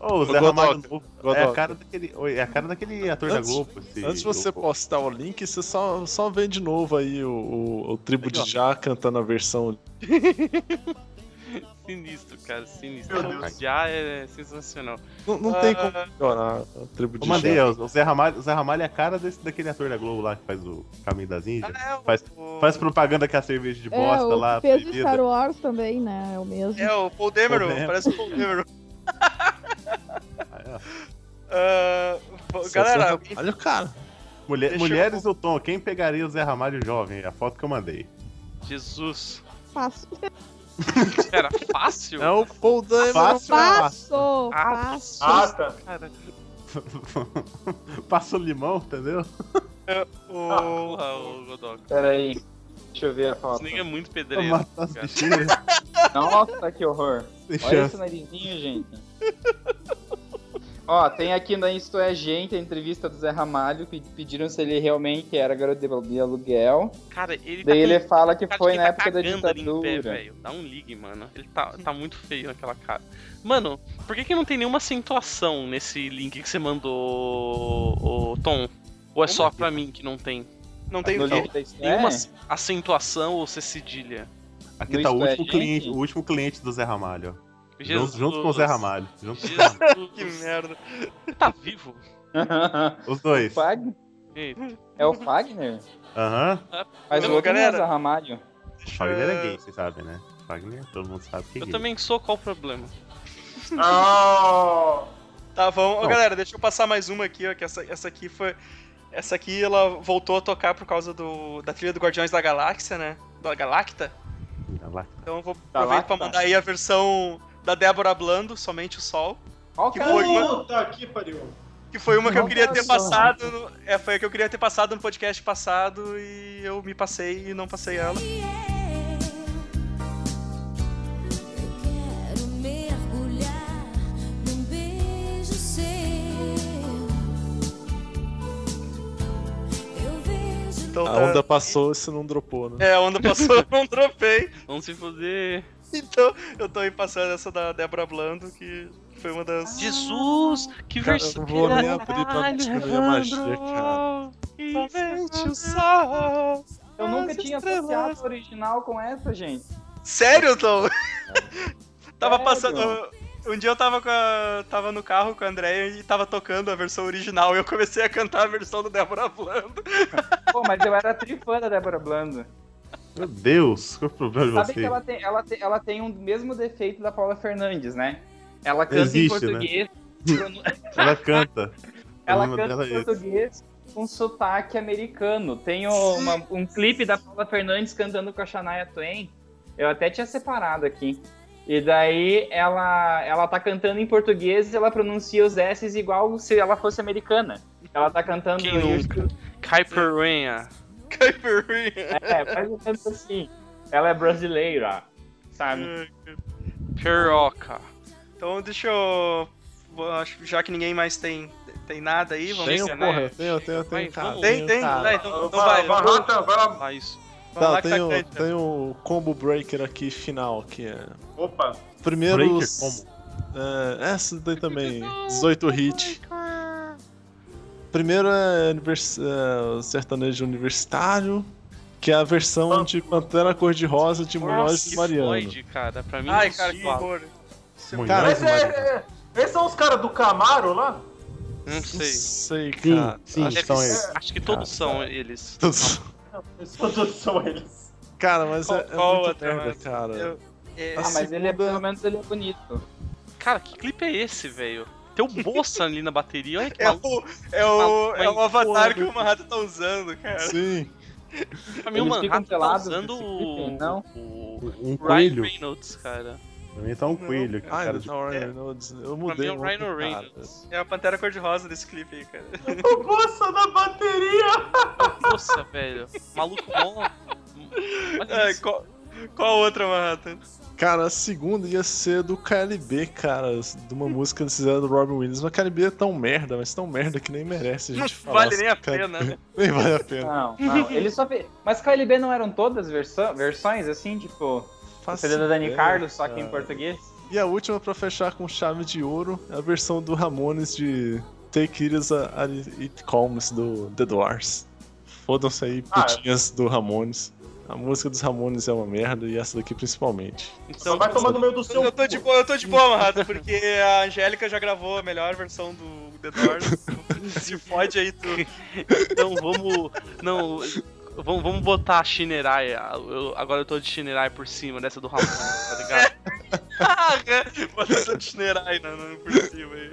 Ô, o Zé Godoca, Ramalho novo. É a Godoca. cara daquele, oi, é a cara daquele ator Antes, da Globo. esse- antes de você postar o link, você só, só vê de novo aí o, o, o Tribo de Já cantando a versão. Sinistro, cara, sinistro. Já é sensacional. Não, não tem Ah, como melhorar a Tribo de Eu mandei, Já. ó, o Zé Ramalho, o Zé Ramalho é a cara desse, daquele ator da Globo lá que faz o Caminho das Índias. É, faz, faz propaganda com a cerveja de bosta é, o lá. que fez o proibida. Star Wars também, né? É o mesmo. É, o Paul Dameron, Paul Dameron. parece o Paul Dameron. é. Ah, pô, galera, Olha o cara. Mulher- Deixa eu- mulheres do Tom, quem pegaria o Zé Ramalho jovem? É A foto que eu mandei. Jesus. Faço. Era fácil? É o Paul Dameron. Fácil, Faço. Ah, Faço. Ah, tá. Cara, Passa o limão, entendeu? o... Porra, o Godoka. Peraí, deixa eu ver a Esse foto. nego é muito pedreiro. Matar as cara. bichinhas. Nossa, que horror. Sem Olha chance. esse narizinho, gente. Ó, tem aqui na Isto é Gente a entrevista do Zé Ramalho, que pediram se ele realmente era garoto de aluguel. Cara, ele tá Daí ele com- fala que cara, foi ele na tá época da cagando ali em pé, ditadura. velho. Dá um ligue, mano. Ele tá, tá muito feio naquela cara. Mano, por que, que não tem nenhuma acentuação nesse link que você mandou, ô, Tom? Ou é só pra mim que não tem? Não tem No o quê? link da Isto assim? É? Nenhuma acentuação ou você cedilha. Aqui No tá Isto o É último, Gente? cliente, o último cliente do Zé Ramalho. ó. Jesus. Junto, junto com o Zé Ramalho. Junto com o Zé Ramalho. Jesus. que merda. Você tá vivo? Os dois. O Fag- Eita. É o Fagner? Aham. Mas o Não, outro galera. não é o Zé Ramalho. Fagner é gay, vocês sabem, né? Fagner, todo mundo sabe que é Eu gay. também sou, qual o problema? Ah, Tá, vamos. Ó, Bom. galera, deixa eu passar mais uma aqui, ó, que essa, essa aqui foi. Essa aqui ela voltou a tocar por causa do, da trilha do Guardiões da Galáxia, né? Da Galacta. Tá lá. Então eu vou Da aproveitar pra Lacta. mandar aí a versão da Débora Blando, Somente o Sol. Ó, que cara, foi uma, Puta que pariu. que foi uma que eu queria ter Olha só. passado. no- é, foi a que eu queria ter passado no podcast passado e eu me passei e não passei ela. é. Quero mergulhar num beijo seu. Eu vejo Ah, Então, A onda passou e você não dropou, né? É, a onda passou, eu não dropei. Vamos se foder. Então, eu tô aí passando essa da Débora Blando, que foi uma das. Jesus! Que Cara, vers- eu vou nem Ah, Caralho, abrir pra descobrir a Evandro! magia, cara. Somente o sol. Eu nunca as tinha estrelas. associado o original com essa, gente. Sério, Tom? tava Sério? passando. Um dia eu tava, com a- tava no carro com a Andréia e tava tocando a versão original e eu comecei a cantar a versão do Débora Blando. Pô, mas eu era trifã da Débora Blando. Meu Deus, qual é o problema de Sabe que vocês? ela tem, ela, tem, ela tem um mesmo defeito da Paula Fernandes, né? Ela canta em Existe, né? português. pronu- Ela canta. Ela O problema canta dela em é esse. português com sotaque americano. Tem o- uma- um clipe da Paula Fernandes cantando com a Shania Twain. Eu até tinha separado aqui. E daí ela, ela tá cantando em português e ela pronuncia os S's igual se ela fosse americana. Ela tá cantando. Quem nunca? Caipirinha. É, mais ou menos assim. Ela é brasileira, sabe? Piroca. É, Então deixa eu. vou- acho que Já que ninguém mais tem, tem nada aí, vamos Tenho, ver, porra, né? tenho, tenho, tenho, cara. Tem, tem. cara. Vai, então, então Vai, vai. vai, Rata, vai lá. Vai Ah, isso. Vai Tá, lá que tá tem, o, quente. tem o combo breaker aqui final, que é. Opa. Primeiro. Breaker os- É, essa daí também. 18 hit. Primeiro é, univers- é, o sertanejo universitário, que é a Ah. versão de Pantera Cor-de-Rosa de Munhoz Nossa, e Mariano. Floyd, cara, pra mim um Ai, não cara, se que fala. horror. Cara, Mas é, é- esses são os caras do Camaro lá? Não sei. sei, Sim, cara. sim, Acho que são sim. eles. Acho que todos Ah, tá. são eles. Todos- Todos são eles. Cara, mas é, é qual muito outra, merda, mano? cara. Eu- é- Tá. Ah, mas ele é, pelo menos ele é bonito. Cara, que clipe é esse, velho? Tem o moça ali na bateria, olha que É maluco. o, é o, Maluco, é o hein? avatar que Porra, o Marrata tá usando, cara. Sim. Pra mim, o Eles ficam Manhattan tá pelados, usando se o. ficam, não? Um Ryan coelho. Reynolds, cara. Pra mim tá um coelho. Ah, cara, não, de- não, Ryan Reynolds. Eu Pra mim mudei. é o muito, Ryan cara. Reynolds. É a pantera cor-de-rosa desse clipe aí, cara. O gosto da bateria! Nossa, velho. Maluco bom. É, qual, qual outra Manhattan? Cara, a segunda ia ser do KLB, cara. De uma música que eles fizeram do Robin Williams. Mas KLB é tão merda, mas tão merda que nem merece a gente falar. vale nem a sobre pena, KLB. né? Nem vale a pena. Não, não. Ele só fez... Mas KLB não eram todas versa- versões, assim, tipo. Faço CD da Dani ideia, Carlos, só que em cara. português? E a última pra fechar com chave de ouro, é a versão do Ramones de Take It As a- a- It Comes do The Doors. Fodam-se aí, Ah, putinhas do Ramones. A música dos Ramones é uma merda e essa daqui principalmente. Então, vai tomar no meio do seu Eu tô de boa, eu tô de boa, Manhattan, porque a Angélica já gravou a melhor versão do The Doors. Se fode aí, tu. Então vamos. Não. Vamos, vamos botar a Shinerai. a- eu- agora eu tô de Shinerai por cima dessa do Ramon, tá ligado? Bota essa de Shinerai na- na- por cima aí.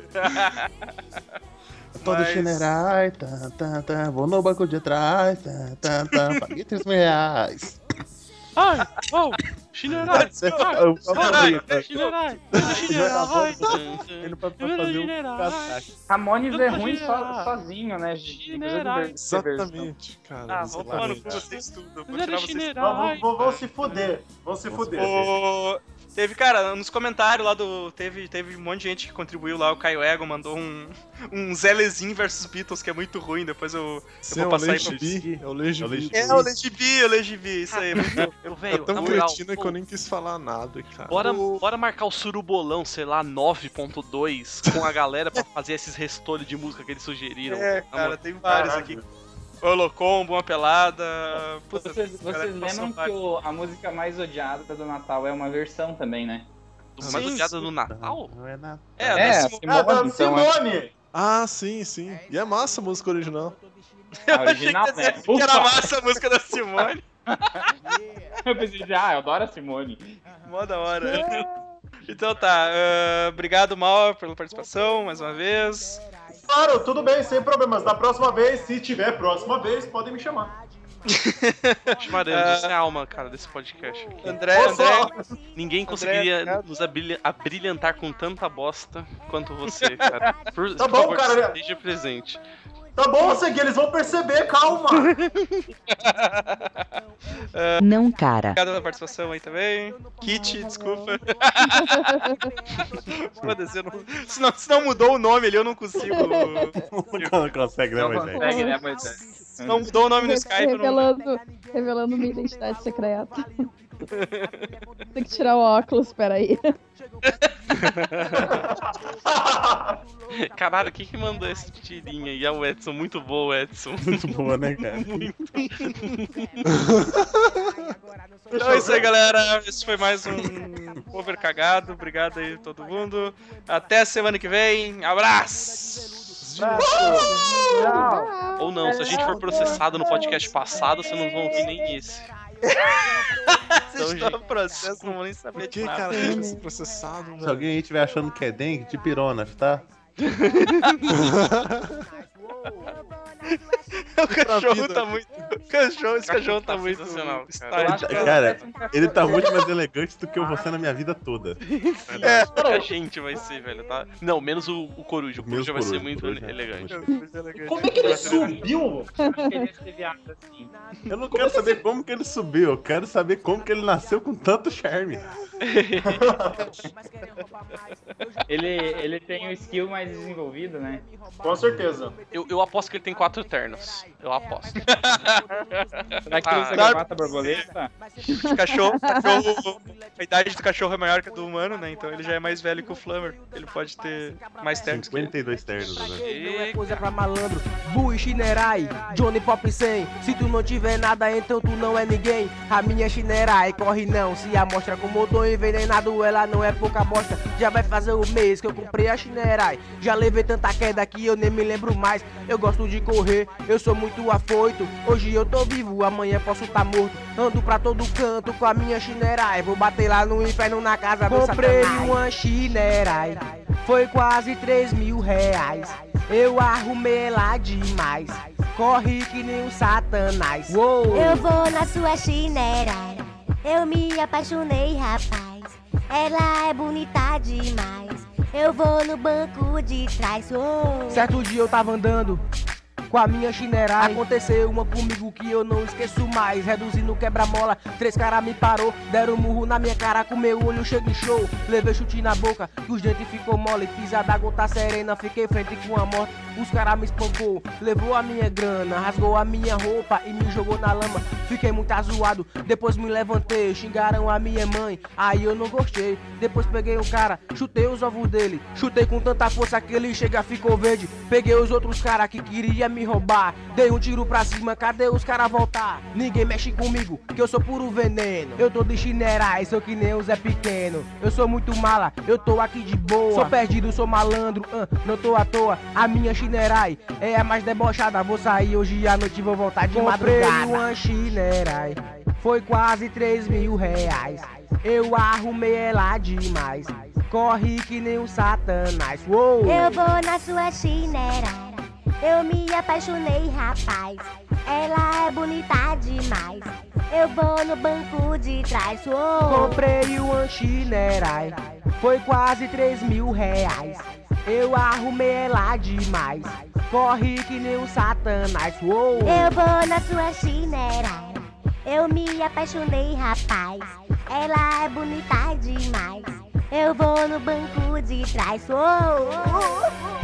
Todo Mas- generai, tá, tá, tá, vou no banco de trás, tá, tá, tá, paguei 3 mil reais. Ai, oh, Shinerai! Você- eu- eu- Shinerai! eu- Shinerai! Shinerai, fazer um Tá Ramones Eu é tô ruim generado. so, sozinho, né? gente? é Exatamente, cara. Ah, vou tomar no cu vocês tudo. Vou tirar vocês tudo. Vão, vão- vão se fuder, vão se fuder. O- Teve, cara, nos comentários lá do. Teve, teve um monte de gente que contribuiu lá. O Caio Ego mandou um, um Zelezinho versus Beatles, que é muito ruim. Depois eu, Você eu é vou o passar aí pra Legibi, é o Legibi. É, o Legibi, o Legibi, isso aí. Eu, É velho, na tão moral, cretina que eu nem quis falar nada, cara. Bora, bora marcar o surubolão, sei lá, 9.2 com a galera pra fazer esses restolhos de música que eles sugeriram. É, Na cara, moral. tem vários aqui. Holocombo, uma pelada. Puta, Vocês, cara, tá vocês passou lembram que vários. o- a música mais odiada do Natal é uma versão também, né? Mas odiada do Natal? Não é nada. É, é a Simone, tá, então, é- Ah, sim, sim. E é massa a música original. a original, né? Que era Ufa! massa a música da Simone. Eu pensei, ah, eu adoro a é. Simone. Mó da hora. É. Então tá, ah, obrigado, Mauro, pela participação mais uma vez. Claro, tudo bem, sem problemas. Da próxima vez, se tiver próxima vez, podem me chamar. Chamaremos, isso é a alma, cara, desse podcast. aqui. Ah, André, Ô, só- André. Ninguém André, conseguiria obrigado. nos abrilha- abrilhantar com tanta bosta quanto você, cara. Por, Tá por bom, favor, cara. Esteja presente. Tá bom, Segui, eles vão perceber, calma. Não, cara. Obrigado pela participação aí também. Kit, desculpa. Foda-se, eu não- se, não, se não mudou o nome ali, eu não consigo. Não consegue, né, Moisés? Consegue, né, Moisés? Se não mudou o nome no Skype, eu não. Revelando, revelando minha identidade secreta. Tem que tirar o óculos, peraí. Caralho, quem que mandou esse tirinho aí? Ah, É o Edson, muito boa, Edson. Muito boa, né, cara? Então é isso aí, galera. Esse foi mais um cover cagado. Obrigado aí a todo mundo. Até semana que vem. Abraço! Ou não, se a gente for processado no podcast passado, vocês não vão ouvir nem esse. Vocês estão no processo, não vou nem saber de Que nada. cara, deixa esse processado, Se velho. alguém aí estiver achando que é dengue, de pironas, tá? O cachorro tá muito. O cachorro, esse cachorro tá muito. estático. Cara, ele tá muito mais elegante do que eu vou ser na minha vida toda. É. A gente vai ser, velho, tá? Não, menos o, o Coruja. O Menos Coruja vai ser Coruja, muito Coruja. é elegante. Como é que ele subiu? é assim. Eu não quero saber como que ele subiu, eu quero saber como que ele nasceu com tanto charme. Ele, ele tem o skill mais desenvolvido, né? Com certeza. Eu, eu aposto que ele tem quatro ternos. Eu aposto. Será que Ah, ele usa sabe- gravata borboleta? O cachorro, o cachorro- a idade do cachorro é maior que a do humano, né? Então ele já é mais velho que o Flammer. Ele pode ter mais ternos. 52 ternos, né? Não é coisa pra malandro. Bui, Chinerai, Johnny Pop 100. Se tu não tiver nada, então tu não é ninguém. A minha Chinerai corre não, se amostra com motor envenenado, ela não é pouca bosta. Já vai fazer o mês que eu comprei a Chinerai. Já levei tanta queda que eu nem me lembro mais. Eu gosto de correr, eu sou muito afoito. Hoje eu tô vivo, amanhã posso tá morto. Ando pra todo canto com a minha Chinerai. Vou bater lá no inferno na casa do Comprei Satanás. uma Chinerai. Foi quase 3 mil reais. Eu arrumei lá demais. Corre que nem um satanás. Uou. Eu vou na sua chinerai. Eu me apaixonei, rapaz. Ela é bonita demais. Eu vou no banco de trás. Uou. Certo dia eu tava andando com a minha chinerai. Aconteceu uma comigo que eu não esqueço mais. Reduzindo o quebra-mola, três caras me parou, deram um murro na minha cara, com meu olho cheio de show. Levei chute na boca, que os dentes ficou mole, pisada gota serena, fiquei frente com a morte. Os caras me espancou, levou a minha grana, rasgou a minha roupa e me jogou na lama. Fiquei muito azuado, depois me levantei, xingaram a minha mãe, aí eu não gostei. Depois peguei o cara, chutei os ovos dele, chutei com tanta força que ele chega ficou verde. Peguei os outros caras que queria me me roubar. Dei um tiro pra cima, cadê os cara voltar? Ninguém mexe comigo, que eu sou puro veneno. Eu tô de chinerais, sou que nem o Zé Pequeno. Eu sou muito mala, eu tô aqui de boa. Sou perdido, sou malandro, ah, não tô à toa. A minha chinerai é a mais debochada. Vou sair hoje à noite, vou voltar de Comprei madrugada. uma chinerai, foi quase 3 mil reais. Eu arrumei ela demais. Corre que nem um satanás. Uou. Eu vou na sua chinerai. Eu me apaixonei, rapaz. Ela é bonita demais. Eu vou no banco de trás. Uou. Comprei o anchinerai. Foi quase 3 mil reais. Eu arrumei ela demais. Corre que nem um satanás. Uou. Eu vou na sua chinerai. Eu me apaixonei, rapaz. Ela é bonita demais. Eu vou no banco de trás. Uou.